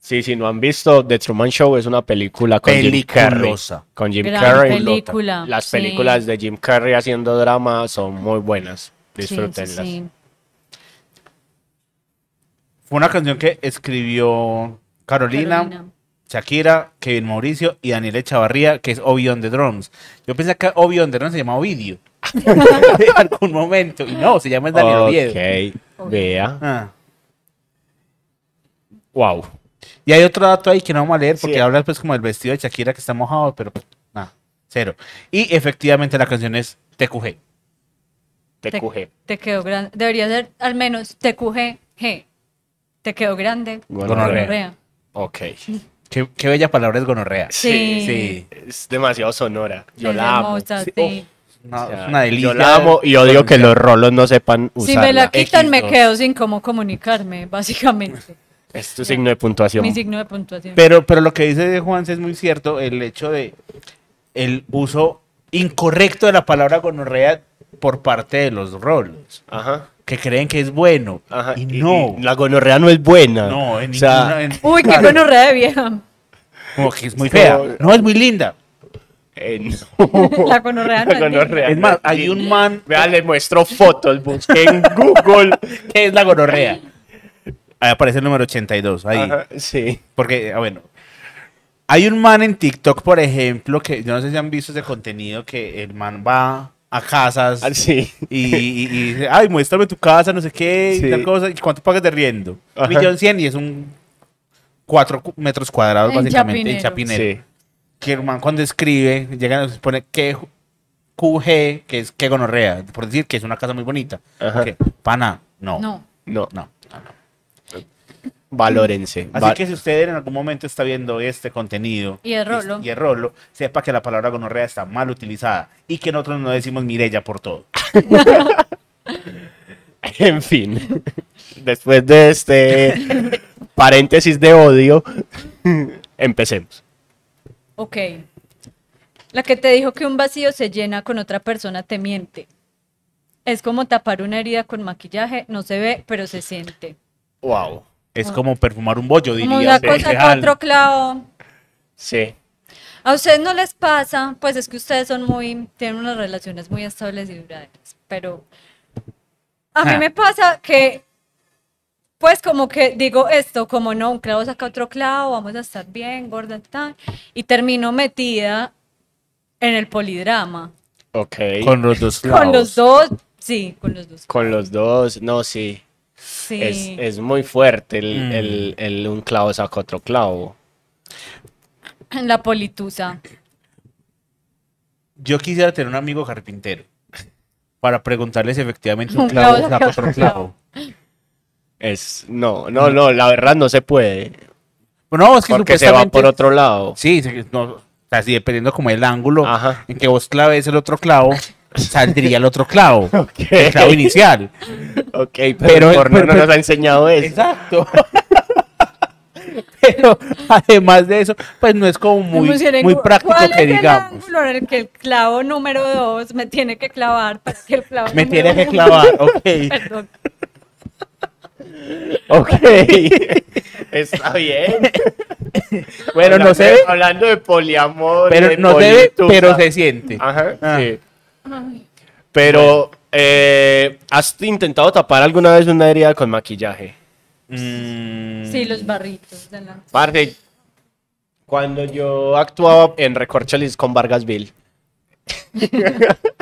Sí, si no han visto, The Truman Show es una película con Jim Carrey.
Peliculosa.
Con Jim
Gran
Carrey.
película,
Las
sí.
películas de Jim Carrey haciendo drama son muy buenas.
Sí, sí,
Disfrútenlas.
sí.
Fue una canción que escribió Carolina,
Carolina.
Shakira, Kevin Mauricio y Daniel Echavarría, que es Obi on the Drums. Yo pensé que Obi on the Drums se llama Ovidio. (laughs) en algún momento. Y no, se llama Daniel Oviedo.
Ok, vea.
Ah.
Wow.
Y hay otro dato ahí que no vamos a leer porque
Sí.
habla pues como del vestido de Shakira que está mojado, pero pues, nada, cero. Y efectivamente la canción es TQG.
Te cuje.
Te quedó grande. Debería ser al menos TQG. G. Te quedó grande.
Gonorrea.
Gonorrea.
Ok.
Qué, qué bella palabra es gonorrea.
Sí.
Sí.
Es demasiado sonora. Yo
Es
la amo.
hermosa,
Sí,
sí.
Una,
O sea,
una delicia.
Yo la amo y odio que los rolos no sepan
Si me la
usarla.
quitan, me
X2.
quedo sin cómo comunicarme, básicamente.
Es tu signo de puntuación.
Mi signo de puntuación.
Pero, pero lo que dice Juan es muy cierto, el hecho de el uso incorrecto de la palabra gonorrea por parte de los rolos,
Ajá.
que creen que es bueno.
Ajá.
Y no,
y la gonorrea no es buena.
no, en
o sea,
ninguna- en-
Uy, qué
claro,
gonorrea
(laughs)
de vieja.
Como que es muy
Es
fea.
como-
No, es muy linda.
eh, no. (laughs)
La gonorrea no
La
es
gonorrea.
Es más, hay un man
Vea, les muestro fotos. Busqué en Google.
¿Qué es la gonorrea? Ahí aparece el número 82, ahí.
Ajá, sí.
Porque, ah, bueno. Hay un man en TikTok, por ejemplo, que yo no sé si han visto ese contenido, que el man va a casas
Ah, sí.
y, y- y dice, ay, muéstrame tu casa, no sé qué,
Sí.
y tal cosa. ¿Y cuánto pagas de riendo?
Ajá.
Un millón cien y es un cuatro cu- metros cuadrados,
En
básicamente, en
Chapinero.
chapinero. Que el man cuando escribe, llega y nos pone que ju- QG, que es que gonorrea, por decir que es una casa muy bonita.
Ajá.
Que, Pana, no.
No.
No,
No.
valórense.
Así
Va-
que si usted en algún momento está viendo este contenido
Y es rolo.
y es rolo, sepa que la palabra gonorrea está mal utilizada y que nosotros no decimos Mirella por todo.
(laughs) En fin, después de este paréntesis de odio, (laughs) empecemos.
Ok. La que te dijo que un vacío se llena con otra persona te miente. Es como tapar una herida con maquillaje, no se ve, pero se siente.
Wow.
Es como perfumar un bollo,
Ah.
diría.
Como una
Diría,
cosa
Real.
con otro clavo.
Sí.
A ustedes no les pasa, pues es que ustedes son muy, tienen unas relaciones muy estables y duraderas, pero a mí
Ah.
me pasa que, pues como que digo esto, como no, un clavo saca otro clavo, vamos a estar bien, gorda, tal, y termino metida en el polidrama.
Ok. Con,
Con los dos
(laughs) Con los dos, sí, con los dos.
los dos, no, sí.
Sí.
Es, es muy fuerte el,
Mm.
el- el un clavo saca otro clavo.
En la politusa.
Yo quisiera tener un amigo carpintero (laughs) para preguntarle si efectivamente
Un
un
clavo
clavo es
saca
otro
otro
clavo.
Es, no, no, no, la verdad no se puede.
Bueno, es que
Porque se va
supuestamente-
por otro lado.
(laughs) Sí, sí, no, así dependiendo como el ángulo
Ajá.
en que vos claves el otro
(laughs)
clavo, saldría el otro clavo,
(laughs) Ok.
el
(laughs)
clavo inicial.
Ok, pero,
Pero-
el porno
pero-
no nos ha enseñado eso.
Exacto. (laughs) Pero además de eso, pues no es como muy,
Como si era
muy
en-
práctico
¿Cuál
que
es el
digamos.
ángulo en el que el clavo número dos me tiene que clavar para que el clavo
Me
número
tiene que
uno-
clavar, ok.
(laughs) Perdón.
(laughs) Ok. Está bien.
Bueno, no
Hablando-
se ve,
Hablando de poliamor.
pero
de
no se ve,
politusa.
pero se siente.
Ajá,
Ah.
sí. Pero, eh, ¿has intentado tapar alguna vez una herida con maquillaje?
Mm,
Sí, los barritos. de la-
Parte, cuando yo actuaba en Recorcholis con Vargasville.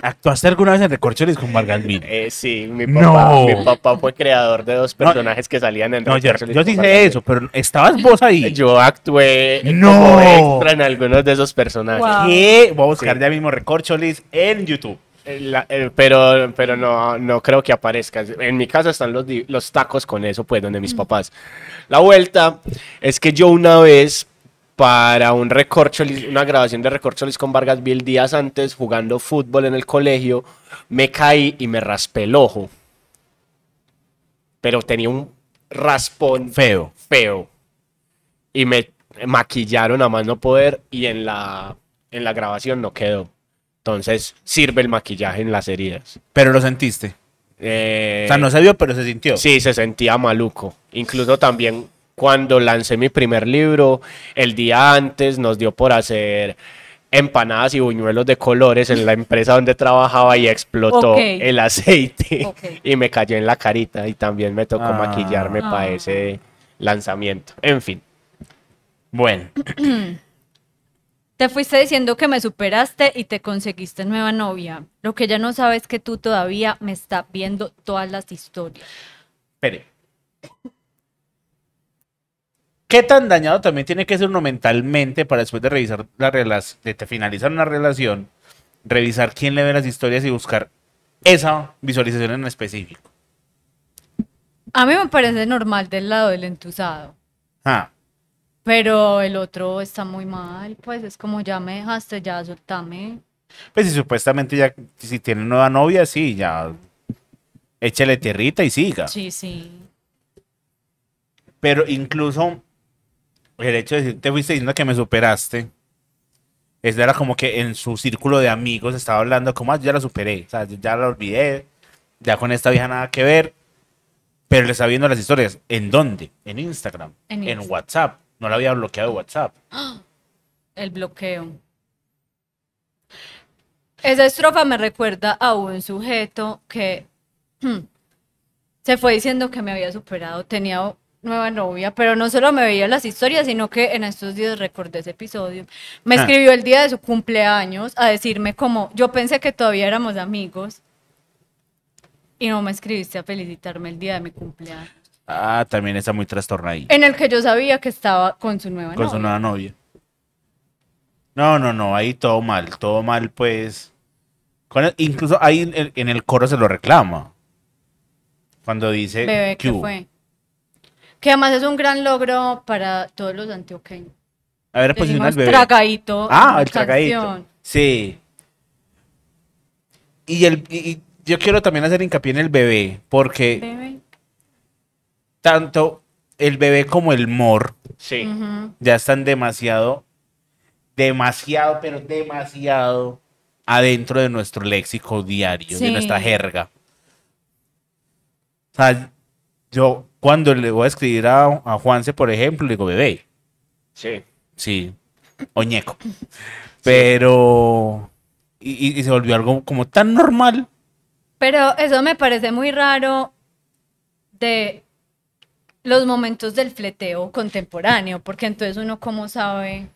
¿Actuaste alguna vez en Recorcholis con Vargasville?
Eh, sí, mi
No.
papá, mi papá fue creador de dos personajes que salían en
No, yo,
Recorcholis
yo
con
dije
Vargasville.
eso, pero estabas vos ahí.
Yo actué
No.
como extra en algunos de esos personajes.
Guau.
¿Qué? Voy a buscar
Sí.
ya mismo Recorcholis en YouTube.
La- eh, pero pero no, no creo que aparezca. En mi casa están los, di- los tacos con eso, pues, donde mis papás. La vuelta es que yo una vez, para un recorcholis, una grabación de recorcholis con Vargas Bill días antes, jugando fútbol en el colegio, me caí y me raspé el ojo. Pero tenía un raspón
Feo.
feo. Y me maquillaron a más no poder y en la, en la grabación no quedó. Entonces sirve el maquillaje en las heridas.
Pero lo sentiste.
Eh,
O sea, no se vio, pero se sintió.
Sí, se sentía maluco. Incluso también cuando lancé mi primer libro, el día antes nos dio por hacer empanadas y buñuelos de colores en la empresa donde trabajaba y explotó
Ok.
el aceite
(laughs) Ok.
(laughs) y me cayó en la carita y también me tocó
Ah.
maquillarme
Ah.
para ese lanzamiento. En fin.
Bueno,
Te fuiste diciendo que me superaste y te conseguiste nueva novia. Lo que ella no sabe es que tú todavía me estás viendo todas las historias.
espere. ¿Qué tan dañado también tiene que ser uno mentalmente para después de revisar la relación, de te- finalizar una relación, revisar quién le ve las historias y buscar esa visualización en específico?
A mí me parece normal del lado del entusado.
Ah,
Pero el otro está muy mal, pues es como ya me dejaste, ya soltame.
pues si supuestamente ya, si tiene nueva novia, sí, ya échale tierrita y siga.
Sí, sí.
Pero incluso el hecho de decir, te fuiste diciendo que me superaste, es era como que en su círculo de amigos estaba hablando, como "Ah, yo ya la superé, o sea, yo ya la olvidé, ya con esta vieja nada que ver, pero le está viendo las historias. ¿En dónde? En Instagram,
En
en,
Instagram.
WhatsApp. No la había bloqueado de WhatsApp.
El bloqueo. Esa estrofa me recuerda a un sujeto que (clears throat) se fue diciendo que me había superado, tenía nueva novia, pero no solo me veía las historias, sino que en estos días recordé ese episodio. Me
Ah.
escribió el día de su cumpleaños a decirme como, yo pensé que todavía éramos amigos y no me escribiste a felicitarme el día de mi cumpleaños,
Ah, también está muy trastornadita.
en el que yo sabía que estaba con su nueva
con
novia.
su nueva novia. No, no, no, ahí todo mal, todo mal, pues. Con el- incluso ahí en el, en el coro se lo reclama. Cuando dice
Bebé,
Eh, ¿qué
¿qué
hubo?
fue? Que además es un gran logro para todos los antioqueños.
A ver,
Le
pues
dimos
al bebé.
tragadito. en
Ah,
la
el tragadito.
canción.
Sí. Y, el, y- y yo quiero también hacer hincapié en el bebé, porque
Bebé.
tanto el bebé como el mor
Sí.
Ujú.
ya están demasiado, demasiado, pero demasiado adentro de nuestro léxico diario,
Sí.
de nuestra jerga. O sea, yo cuando le voy a escribir a, a Juanse, por ejemplo, le digo bebé,
Sí.
sí,
(laughs)
oñeco. Pero, y, y- y se volvió algo como tan normal.
Pero eso me parece muy raro de los momentos del fleteo contemporáneo, porque entonces uno cómo sabe,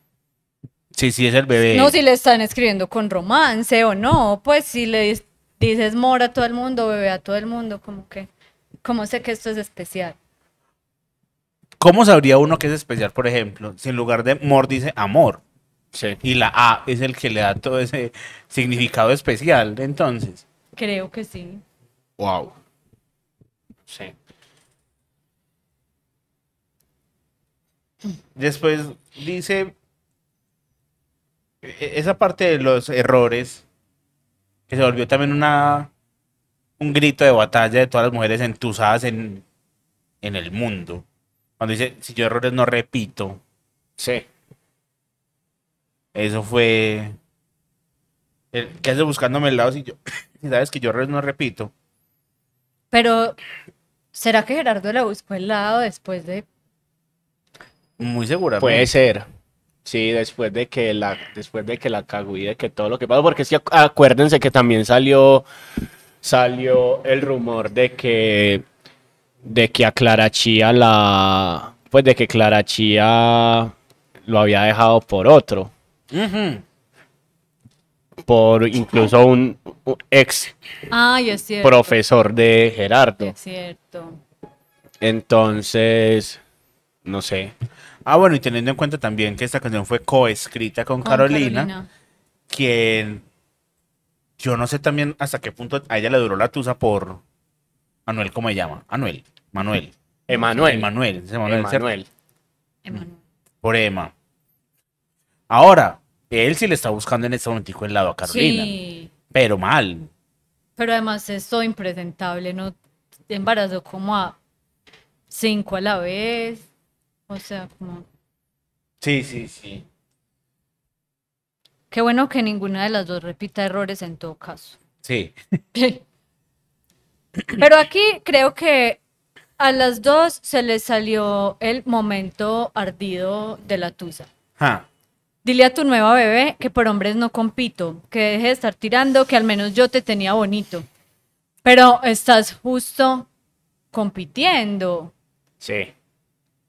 Sí, sí, es el bebé.
no si le están escribiendo con romance o no, pues si le dis- dices mora a todo el mundo, bebé a todo el mundo, como que, cómo sé que esto es especial.
¿Cómo sabría uno que es especial, por ejemplo, si en lugar de mor dice amor?
Sí.
Y la A es el que le da todo ese significado especial, entonces.
Creo que sí.
Wow. Sí.
Después dice e- esa parte de los errores que se volvió también una un grito de batalla de todas las mujeres entusadas en, en el mundo. Cuando dice, si yo errores no repito,
Sí.
eso fue el que hace buscándome el lado si yo (coughs) si sabes que yo errores no repito.
Pero, ¿será que Gerardo la buscó el lado después de
Muy pues. seguramente.
Puede ser. Sí, después de que la, después de que la cagó y de que todo lo que pasó, porque es que acu- acuérdense que también salió, salió el rumor de que, de que a Clara Chía la, pues de que Clara Chía lo había dejado por otro,
Ujú.
por incluso un, un ex
Ay, es cierto.
profesor de Gerardo.
Es cierto.
Entonces, no sé.
Ah, bueno, y teniendo en cuenta también que esta canción fue coescrita con,
Con
Carolina, quien yo no sé también hasta qué punto a ella le duró la tusa por Manuel, ¿cómo se llama? Manuel, Manuel.
Emanuel.
Manuel, es Emanuel, ¿cierto?
Emanuel.
Emanuel.
Por Emma. Ahora, él sí le está buscando en este momentico el lado a Carolina,
Sí,
pero mal.
pero además es todo impresentable, ¿no? Embarazó como a cinco a la vez. O sea, como.
Sí, sí, sí.
Qué bueno que ninguna de las dos repita errores en todo caso.
Sí.
Pero aquí creo que a las dos se les salió el momento ardido de la tusa.
Ja.
Dile a tu nueva bebé que por hombres no compito, que deje de estar tirando, que al menos yo te tenía bonito. Pero estás justo compitiendo.
Sí.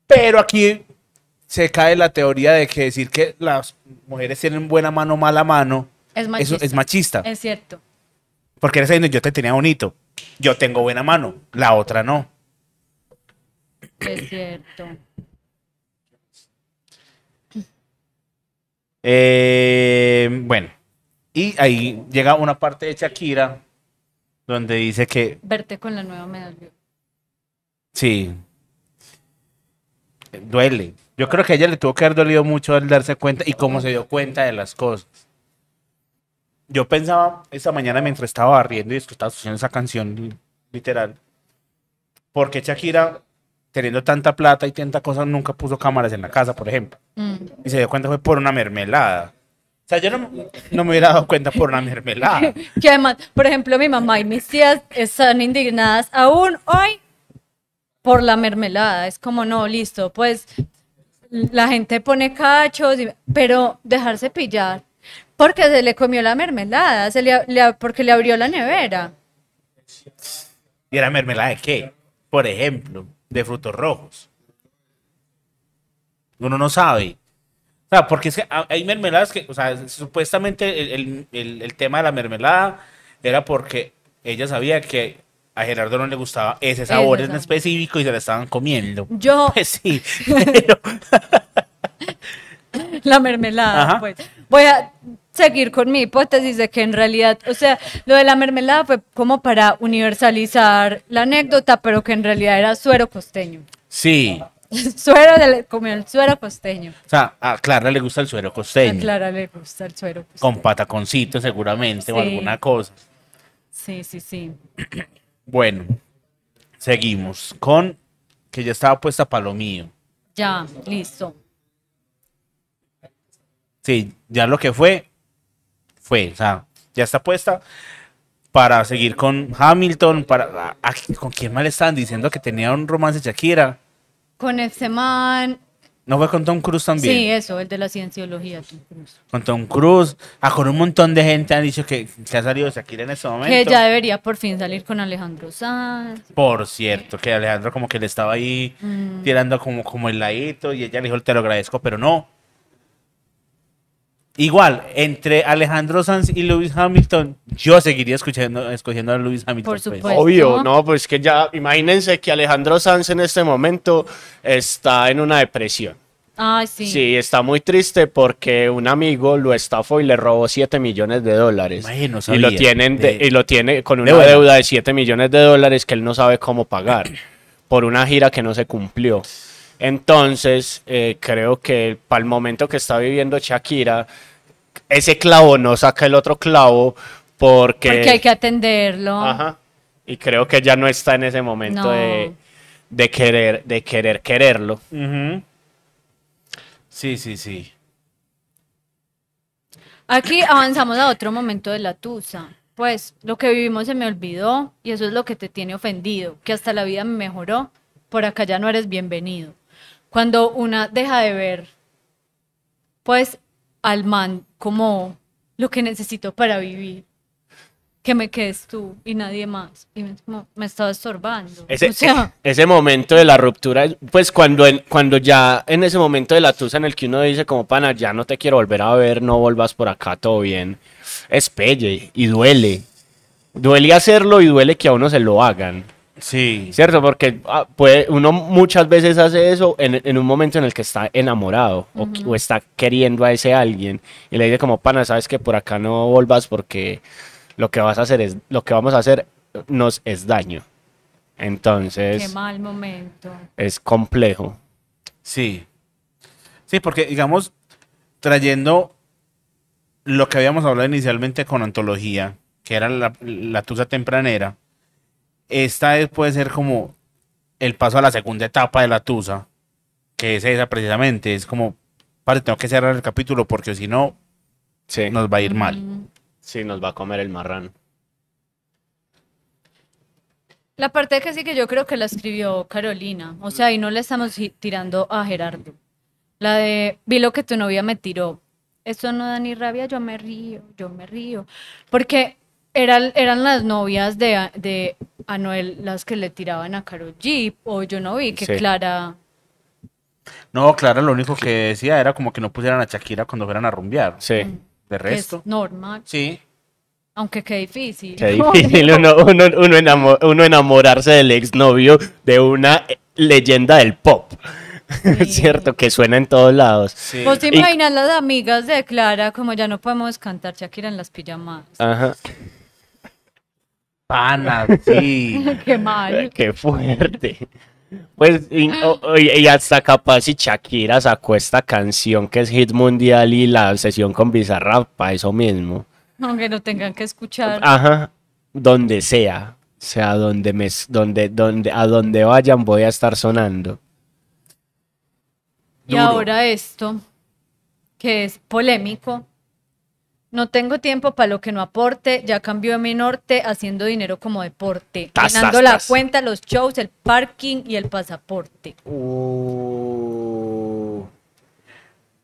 Pero aquí se cae la teoría de que decir que las mujeres tienen buena mano, mala mano,
Es
eso
machista.
es machista.
Es cierto.
Porque eres diciendo, yo te tenía bonito, yo tengo buena mano, la otra no.
Es cierto.
Eh, bueno, y ahí llega una parte de Shakira donde dice que
Verte con la nueva me dolió.
Sí. Duele. Yo creo que a ella le tuvo que haber dolido mucho al darse cuenta y cómo se dio cuenta de las cosas. Yo pensaba esta mañana mientras estaba barriendo y es que estaba escuchando esa canción, li- literal. ¿Por qué Shakira, teniendo tanta plata y tanta cosa, nunca puso cámaras en la casa, por ejemplo?
Mm.
Y se dio cuenta fue por una mermelada. O sea, yo no, no me hubiera dado cuenta por una mermelada.
Que además, por ejemplo, mi mamá y mis tías están indignadas aún hoy por la mermelada. Es como, no, listo, pues la gente pone cachos, y- pero dejarse pillar. Porque se le comió la mermelada, se le, a- le a- porque le abrió la nevera.
¿Y era mermelada de qué? Por ejemplo, de frutos rojos. Uno no sabe. O sea, porque es que ha- hay mermeladas que, o sea, supuestamente el, el- el- el tema de la mermelada era porque ella sabía que a Gerardo no le gustaba ese sabor en
sabor.
específico y se la estaban comiendo.
(laughs) Yo,
Pues (laughs) sí, pero
la mermelada,
Ajá.
pues. Voy a seguir con mi hipótesis de que en realidad, o sea, lo de la mermelada fue como para universalizar la anécdota, pero que en realidad era suero costeño.
sí.
(laughs) suero del, como el suero costeño.
O sea, a Clara le gusta el suero
A
costeño.
Clara le gusta el suero costeño.
Con pataconcito seguramente o
Sí.
alguna cosa.
Sí, sí, sí.
Bueno, seguimos con que ya estaba puesta para lo mío.
Ya, listo.
Sí, ya lo que fue, fue, o sea, ya está puesta para seguir con Hamilton, para ah, con quién más le estaban diciendo que tenía un romance Shakira.
Con ese man.
No fue con Tom Cruise también.
Sí, eso, el de la cienciología. Tom Cruise.
Con Tom Cruise, ah, con un montón de gente han dicho que, que ha salido Shakira en este momento.
Que ya debería por fin salir con Alejandro Sanz.
Por cierto, que Alejandro como que le estaba ahí
Mm.
tirando como, como el ladito y ella le dijo, te lo agradezco, pero no. Igual, entre Alejandro Sanz y Lewis Hamilton, yo seguiría escuchando, escogiendo a Lewis Hamilton. pues.
supuesto. Pues,
Obvio,
¿no?
no, pues que ya, imagínense que Alejandro Sanz en este momento está en una depresión.
Ay, sí.
Sí. está muy triste porque un amigo lo estafó y le robó 7 millones de dólares.
Ay, no
y lo
sabía.
tienen de-
De-
y lo tiene con una
deuda.
deuda de 7 millones de dólares que él no sabe cómo
(clears throat)
pagar por una gira que no se cumplió. Entonces, eh, creo que para el momento que está viviendo Shakira, ese clavo no saca el otro clavo porque...
Porque hay que atenderlo.
Ajá. Y creo que ya no está en ese momento
No.
de, de querer, de querer quererlo.
Ujú. Sí, sí, sí.
Aquí avanzamos a otro momento de la tusa. Pues lo que vivimos se me olvidó y eso es lo que te tiene ofendido, que hasta la vida me mejoró, por acá ya no eres bienvenido. Cuando una deja de ver, pues al man como lo que necesito para vivir, que me quedes tú y nadie más, y me, como, me estaba estorbando.
Ese,
o sea,
(laughs) ese momento de la ruptura, pues cuando, en- cuando ya en ese momento de la tusa en el que uno dice como pana, ya no te quiero volver a ver, no volvas por acá, todo bien, es pelle y duele. Duele hacerlo y duele que a uno se lo hagan.
Sí.
¿Cierto? Porque ah, puede, uno muchas veces hace eso en, en un momento en el que está enamorado o que- o, está queriendo a ese alguien y le dice como, pana, sabes que por acá no volvas porque lo que vas a hacer es, lo que vamos a hacer nos es daño.
qué
Entonces,
mal momento.
es complejo.
Sí. Sí, porque digamos, trayendo lo que habíamos hablado inicialmente con antología, que era la, la tusa tempranera, esta es, puede ser como el paso a la segunda etapa de la tusa, que es esa precisamente, es como, padre, tengo que cerrar el capítulo porque si no,
Sí.
nos va a ir mal.
Mm.
Sí, nos va a comer el marrano.
La parte que sí que yo creo que la escribió Carolina, o sea, y no le estamos gi- tirando a Gerardo. La de, vi lo que tu novia me tiró. Eso no da ni rabia, yo me río, yo me río. Porque eran, eran las novias de, A- de Anuel las que le tiraban a Carol G, o yo no vi que
Sí.
Clara
No, claro, lo único que decía era como que no pusieran a Shakira cuando fueran a rumbear.
Sí.
Mm.
De
que
resto.
Es normal,
Sí.
aunque qué difícil. (laughs)
Qué difícil uno, uno, uno enamo- uno enamorarse del exnovio de una eh, leyenda del pop, (laughs) ¿cierto? Que suena en todos lados.
Sí.
¿Vos te
Y-
imaginas las amigas de Clara como ya no podemos cantar Shakira en las pijamadas? (laughs)
Ajá.
Pana, sí.
(laughs) Qué mal.
(laughs) Qué fuerte. Pues, y, o- o- y hasta capaz si Shakira sacó esta canción que es hit mundial y la sesión con Bizarrap para eso mismo.
Aunque no tengan que
Ah,
escuchar.
Ajá, donde sea, o sea, donde me, donde, donde, a donde vayan voy a estar sonando.
Y ahora esto, que es polémico. No tengo tiempo para lo que no aporte. Ya cambió mi norte haciendo dinero como deporte.
Tas,
ganando
tas,
la
tas.
cuenta, los shows, el parking y el
Sí,
pasaporte.
Uh.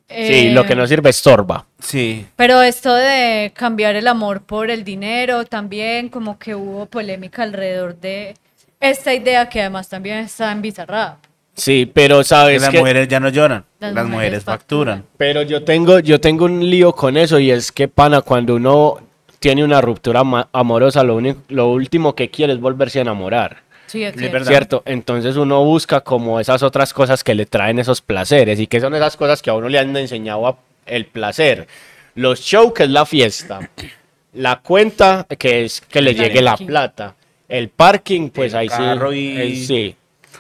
Eh,
lo que no sirve estorba.
Sí.
Pero esto de cambiar el amor por el dinero también, como que hubo polémica alrededor de esta idea que además también está en Bizarrap.
Sí, pero
Que
sabes
las
que-
mujeres ya no lloran.
Las
Las,
mujeres
mujeres, facturan.
Pero yo tengo, yo tengo un lío con eso y es que, pana, cuando uno tiene una ruptura ama- amorosa, lo, único- lo último que quiere es volverse a enamorar,
Sí, es
Es
cierto.
verdad.
¿cierto? Entonces uno busca como esas otras cosas que le traen esos placeres y que son esas cosas que a uno le han enseñado a- el placer. Los shows, que es la
(coughs)
fiesta. La cuenta, que es que le
El
llegue la
parking.
plata. El parking, pues
El
ahí sí,
carro y-
eh, sí.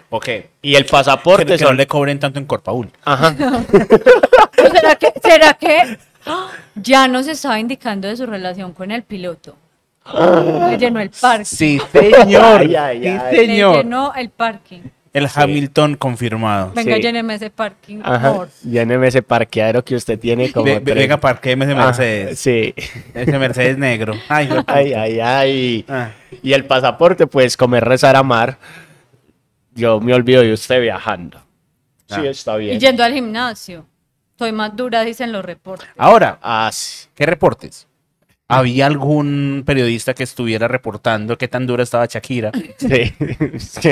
Ok.
Y el
Porque
pasaporte
que no
son-
le cobren tanto en Corpaul. (laughs)
Ajá.
¿Será que, será que (gasps) ¡Ah! ya nos estaba indicando de su relación con el piloto? Le llenó el parking.
Sí,
(laughs)
señor.
Ay, ay, ay.
Sí,
Le
señor.
llenó el parking.
El Hamilton confirmado.
Venga,
Sí.
lléneme ese parking.
Ajá.
amor.
Lléneme ese parqueadero que usted tiene como.
Ve- ve-
tres-
venga, parquéme ese
Ah,
Mercedes.
sí. (laughs)
Ese Mercedes negro. Ay, hijo de puta.
Ay, ay, ay.
Ah.
Y el pasaporte, pues, comer, rezar, amar. Yo me olvido de usted viajando.
Ah.
Sí, está
Y
bien.
yendo al gimnasio. Soy más dura, dicen los reportes.
Ahora,
Ah, sí.
¿qué reportes? ¿Había algún periodista que estuviera reportando qué tan dura estaba Shakira?
Sí. (laughs) Sí.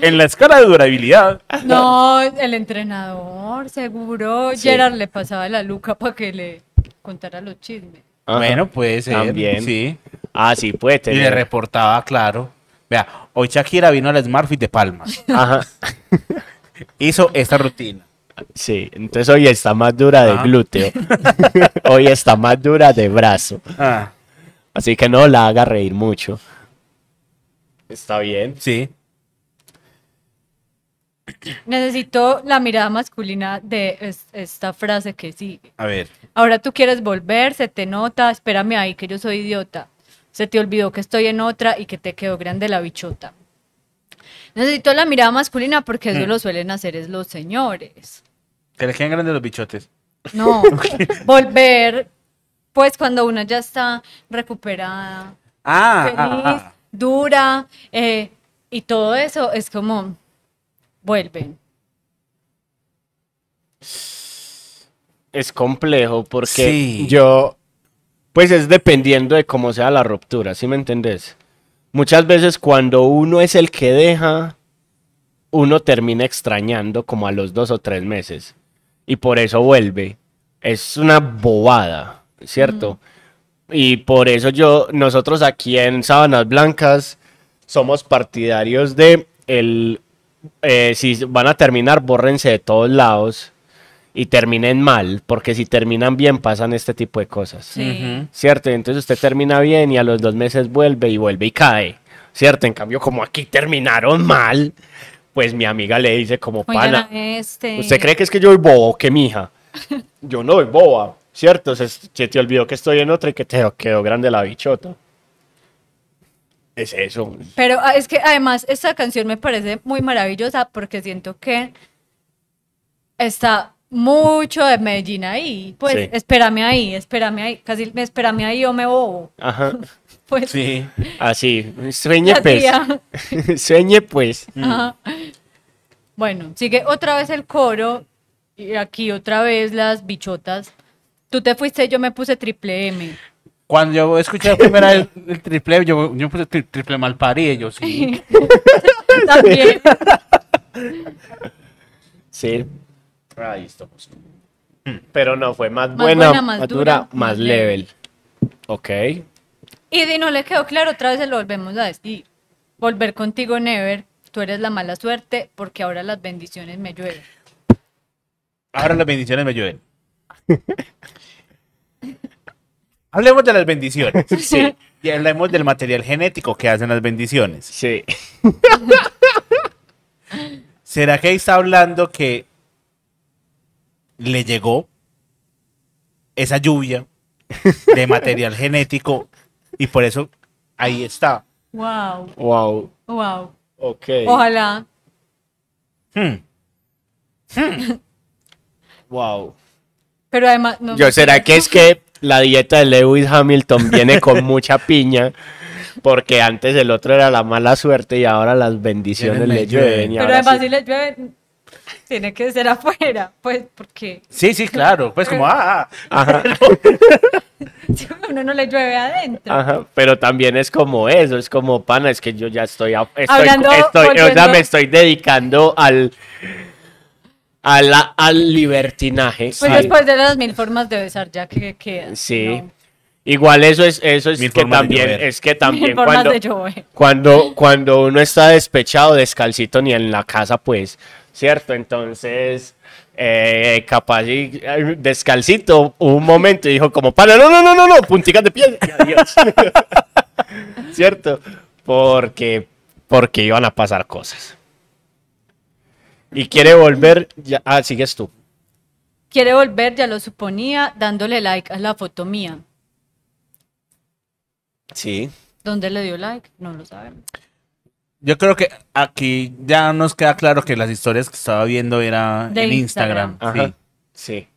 en la escala de durabilidad.
Ah,
No, el entrenador, seguro.
Sí.
Gerard le pasaba la luca para que le contara los chismes.
Ajá.
Bueno, puede ser.
También.
Sí.
Ah, sí, puede
Y le
tener.
reportaba, claro. Vea, hoy Shakira vino al Smartfit de Palma.
Ajá.
Hizo esta rutina.
Sí, entonces hoy está más dura de
Ah. (laughs)
glúteo. hoy está más dura de brazo.
Ah,
Así que no la haga reír mucho. Está bien.
sí.
Necesito la mirada masculina de es- esta frase que sigue.
A ver.
Ahora tú quieres volver, se te nota, espérame ahí que yo soy idiota. Se te olvidó que estoy en otra y que te quedó grande la bichota. Necesito la mirada masculina porque
Mm.
eso lo suelen hacer es
(laughs)
los señores.
Que le quedan grandes los bichotes.
No, volver, pues cuando una ya está recuperada,
Ah,
feliz,
ah, ah, ah.
dura, eh, y todo eso es como, vuelven.
Es complejo porque
Sí.
yo, pues es dependiendo de cómo sea la ruptura, ¿sí me entendés? Muchas veces cuando uno es el que deja, uno termina extrañando como a los dos o tres meses y por eso vuelve. Es una bobada, ¿cierto? Y por eso yo, nosotros aquí en Sabanas Blancas somos partidarios de el, eh, si van a terminar, bórrense de todos lados y terminen mal, porque si terminan bien pasan este tipo de cosas.
Sí.
¿Cierto? Y Entonces usted termina bien y a los dos meses vuelve y vuelve y cae. ¿Cierto? En cambio, como aquí terminaron mal, pues mi amiga le dice como
Oigan
pana.
a este.
¿Usted cree que es que yo soy bobo que mi hija? Yo no soy boba, ¿cierto? Se, se te olvidó que estoy en otra y que te quedó grande la bichota. Es eso.
Pero ah, es que además esta canción me parece muy maravillosa porque siento que está mucho de Medellín ahí. Pues
Sí.
espérame ahí, espérame ahí, casi me espérame ahí o me bobo.
Ajá.
(laughs) Pues
Sí.
Así. Sueñe
la
pues.
tía.
(laughs) Sueñe pues.
Ajá. Bueno, sigue otra vez el coro y aquí otra vez las bichotas. Tú te fuiste, yo me puse triple M.
Cuando yo escuché la primera vez el triple, yo, yo puse tri- triple mal parido, yo sí.
También.
Sí. Ahí estamos. Mm, Pero no, fue más,
Más
buena,
buena, más
más, dura,
dura,
más
más level.
level. Ok.
Y si no le quedó claro, otra vez se lo volvemos a decir. Volver contigo, Never. Tú eres la mala suerte porque ahora las bendiciones me llueven.
Ahora las bendiciones me llueven. Hablemos de las bendiciones.
(laughs) Sí.
Y hablemos del material genético que hacen las bendiciones.
Sí.
¿Será que ahí está hablando que le llegó esa lluvia
(laughs)
de material genético y por eso ahí está?
Wow,
Wow.
wow.
Ok.
Ojalá.
Hmm.
Wow.
Pero además, no.
Yo, ¿será que es que la dieta de Lewis Hamilton viene
(laughs)
con mucha piña? Porque antes el otro era la mala suerte y ahora las bendiciones
Tienen
le
la lluvia.
llueven. y
Pero
ahora
además,
sí.
si les llueve, tiene que ser afuera. Pues porque (laughs)
Sí, sí, claro. Pues como, ah, ah.
Ajá,
si a uno no le llueve adentro.
ajá, pero también es como eso, es como pana, es que yo ya estoy, a- estoy,
Hablando,
estoy- o sea,
volviendo-
me estoy dedicando al, a la- al libertinaje. sí.
Pues después de las mil formas de besar, ya que queda. (laughs)
Sí. Igual eso es, eso es
Mil
que
formas de
también,
llover.
es que
¿no? Mil
también
formas
cuando,
de llover.
Cuando, cuando uno está despechado, descalcito, ni en la casa, pues, ¿cierto? Entonces, eh, capaz y eh, descalcito hubo un momento y dijo como, para, no, no, no, no, no, punticas de pie. y adiós". (laughs) ¿Cierto? Porque, porque iban a pasar cosas. Y quiere volver, ya, ah, sigues tú.
Quiere volver, ya lo suponía, dándole like a la foto mía.
Sí.
¿Dónde le dio like? No lo sabemos.
yo creo que aquí ya nos queda claro que las historias que estaba viendo era
De
en Instagram.
Ajá.
sí.
Sí.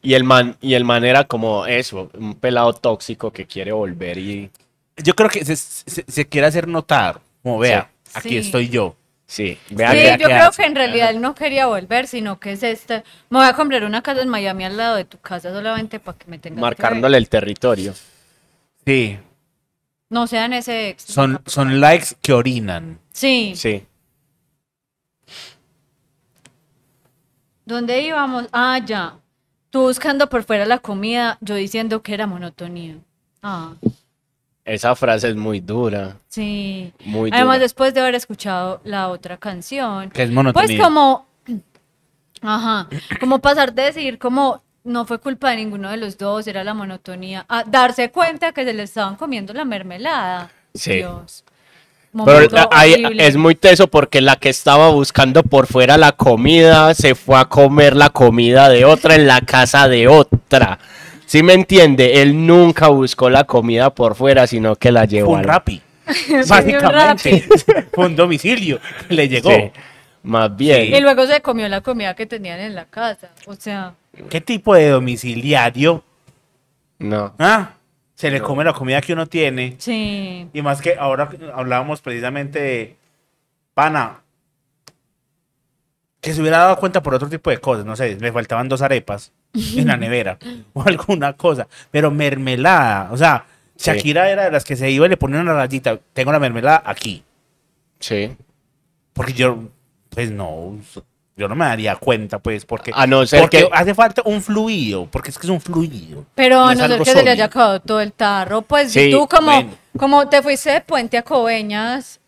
Y el man, y el man era como eso, un pelado tóxico que quiere volver y
Yo creo que se, se- se quiere hacer notar. Como vea,
Sí.
aquí
Sí.
estoy yo.
sí,
Sí,
vea
Vea
que-
qué
yo creo
hace.
que en realidad él no quería volver, sino que es esta. Me voy a comprar una casa en Miami al lado de tu casa solamente para que me tengas. que ver.
marcándole el territorio.
Sí.
No sean ese ex.
Son, son likes que orinan.
Sí.
Sí.
¿Dónde íbamos? Ah, ya. Tú buscando por fuera la comida, yo diciendo que era monotonía. Ah,
Esa frase es muy dura,
sí.
muy
Además,
dura.
después de haber escuchado la otra canción,
Que es monotonía.
pues como, ajá, como pasar de decir como no fue culpa de ninguno de los dos, era la monotonía, a darse cuenta que se le estaban comiendo la mermelada.
Sí.
Dios.
Pero
Momento
la- ahí
horrible.
es muy teso porque la que estaba buscando por fuera la comida se fue a comer la comida de otra en la casa de otra. ¿Sí me entiende? Él nunca buscó la comida por fuera, sino que la
(laughs) Fue
llevó a
un
la-
rapi.
rapi.
Básicamente. Fue un domicilio. que Le llegó.
Sí, Más bien.
Y luego se comió la comida que tenían en la casa. O sea,
¿Qué tipo de domiciliario?
No.
ah, Se le come la comida que uno tiene.
sí.
Y más que ahora hablábamos precisamente de pana. Que se hubiera dado cuenta por otro tipo de cosas, no sé, le faltaban dos arepas en la nevera o alguna cosa, pero mermelada, o sea,
Sí.
Shakira era de las que se iba y le ponía una rayita, tengo la mermelada aquí,
Sí.
porque yo, pues no, yo no me daría cuenta, pues, porque,
A no ser
porque
que-
hace falta un fluido, porque es que es un fluido.
Pero
no
a
es
no ser
algo
que se le
sólido.
haya acabado todo el tarro, pues
Sí,
tú como,
bueno.
como te fuiste de puente a Coveñas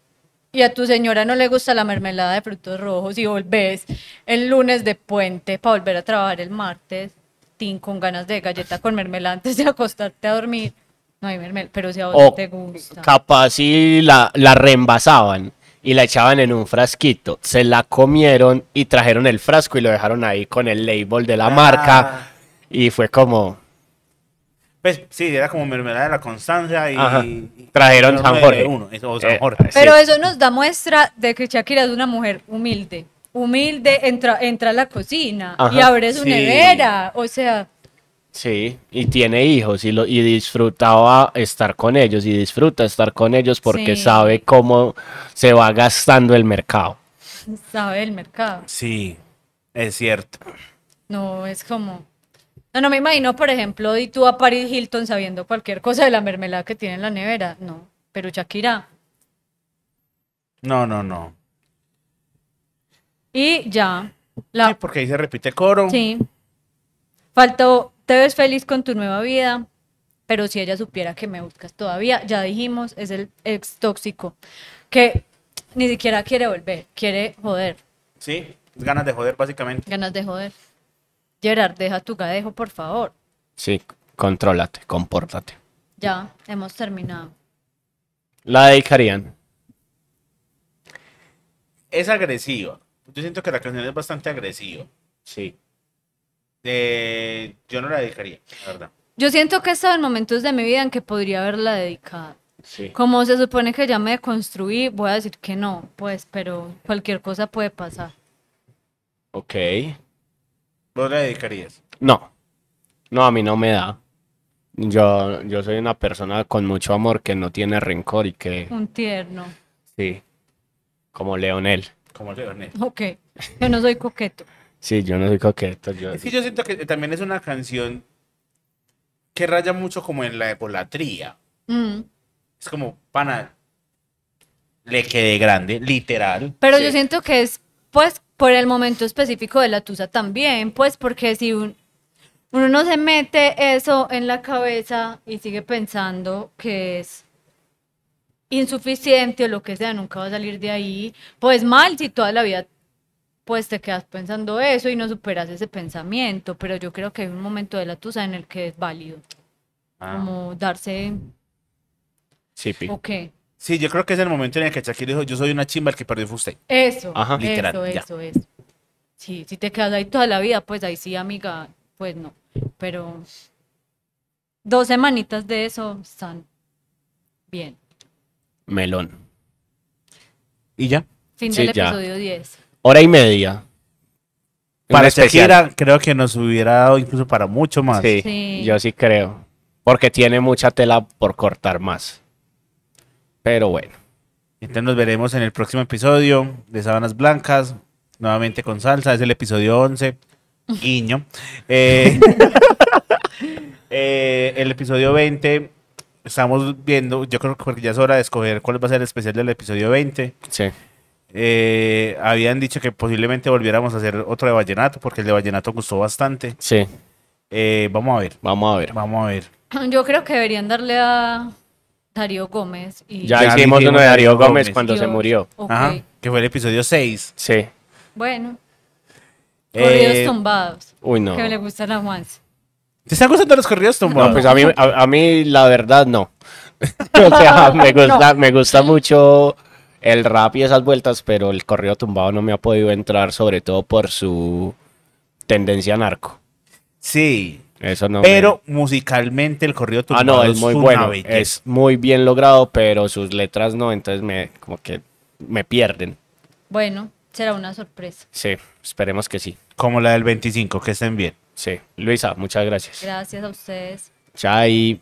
y a tu señora no le gusta la mermelada de frutos rojos y volvés el lunes de puente para volver a trabajar el martes, tin con ganas de galleta con mermelada antes de acostarte a dormir. No hay mermelada, pero si a vos
Oh,
O
te gusta.
capaz si la, la reemvasaban y la echaban en un frasquito, se la comieron y trajeron el frasco y lo dejaron ahí con el label de la
Ah.
marca y fue como,
Pues sí, era como mermelada de la constancia y...
Ajá.
y-
Trajeron
pero
San
no de
Jorge.
uno, eso, o San
Eh,
Jorge.
sí.
Pero eso nos da muestra de que Shakira es una mujer humilde. Humilde, entra, entra a la cocina y
Ajá.
abre su
Sí.
nevera. O sea,
sí, y tiene hijos y, lo, y disfrutaba estar con ellos y disfruta estar con ellos porque
Sí.
sabe cómo se va gastando el mercado.
sabe el mercado.
Sí, es cierto.
No, es como. No, no me imagino, por ejemplo, y tú a Paris Hilton sabiendo cualquier cosa de la mermelada que tiene en la nevera. No, pero Shakira.
No, no, no.
Y ya. La,
Sí, porque ahí se repite coro.
Sí. Faltó, te ves feliz con tu nueva vida, pero si ella supiera que me buscas todavía, ya dijimos, es el ex tóxico, que ni siquiera quiere volver, quiere joder,
Sí, ganas de joder, básicamente.
ganas de joder. Gerard, deja tu gadejo, por favor.
Sí, contrólate, compórtate.
Ya, hemos terminado.
La dedicarían.
Es agresiva. Yo siento que la canción es bastante agresiva.
Sí.
Eh, yo no la dedicaría, la verdad.
Yo siento que he estado en momentos de mi vida en que podría haberla dedicado.
Sí.
Como se supone que ya me construí, voy a decir que no, pues, pero cualquier cosa puede pasar.
Ok.
¿Vos la dedicarías?
No. No, a mí no me da. Yo, yo soy una persona con mucho amor que no tiene rencor y que.
Un tierno.
Sí. Como Leonel.
Como Leonel.
Ok, yo no soy coqueto.
Sí, yo no soy coqueto. Yo,
Es que yo siento que también es una canción que raya mucho como en la epolatría.
Mm.
Es como, pana, le quedé grande, literal.
Pero yo
Sí.
siento que es, pues, por el momento específico de la tusa también, pues, porque si un- uno no se mete eso en la cabeza y sigue pensando que es insuficiente o lo que sea, nunca va a salir de ahí, pues mal si toda la vida pues te quedas pensando eso y no superas ese pensamiento, pero yo creo que hay un momento de la tusa en el que es válido,
Ah.
como darse,
Sí, pi.
ok,
Sí, yo creo que es el momento en el que Shakira dijo, yo soy una chimba el que perdió fue usted.
Eso,
Ajá.
eso,
Literal, ya.
eso, eso. Sí, si te quedas ahí toda la vida, pues ahí sí, amiga, pues no. Pero dos semanitas de eso están bien.
Melón.
Y ya.
Fin
Sí,
del
ya.
episodio 10.
Hora y media.
Para
Un especial.
Shakira, creo que nos hubiera dado incluso para mucho más.
Sí,
Sí.
yo sí creo. Porque tiene mucha tela por cortar más. Pero bueno.
Entonces nos veremos en el próximo episodio de Sábanas Blancas, nuevamente con salsa, es el episodio 11, guiño. Eh,
(laughs)
eh, el episodio 20, estamos viendo, yo creo que porque ya es hora de escoger cuál va a ser el especial del episodio 20.
Sí.
Eh, habían dicho que posiblemente volviéramos a hacer otro de Vallenato, porque el de Vallenato gustó bastante.
Sí.
Eh, vamos a ver,
Vamos a ver.
vamos a ver.
(clears throat) Yo creo que deberían darle a Darío Gómez y
Ya,
Ya
hicimos
dijimos
uno de Darío
Darío
Gómez,
Gómez.
cuando se
Dios.
murió.
Ok,
Ajá, que fue el episodio 6.
Sí.
Bueno, corridos
Eh,
tumbados,
Uy, no.
que le gustan a Juanse.
¿Te están gustando los corridos tumbados?
No, pues a mí, a, a mí la verdad no. (laughs) o
(laughs)
sea, me gusta, me gusta mucho el rap y esas vueltas, pero el corrido tumbado no me ha podido entrar, sobre todo por su tendencia narco.
Sí,
Eso no. me-
Pero musicalmente el corrido
Ah,
tumbado
no, es muy
una
bueno.
belleza.
Es muy bien logrado, pero sus letras no, entonces me como que me pierden.
Bueno, será una sorpresa.
Sí, esperemos que sí.
Como la del 25, que estén bien.
Sí. Luisa, muchas gracias.
Gracias a ustedes.
Chai.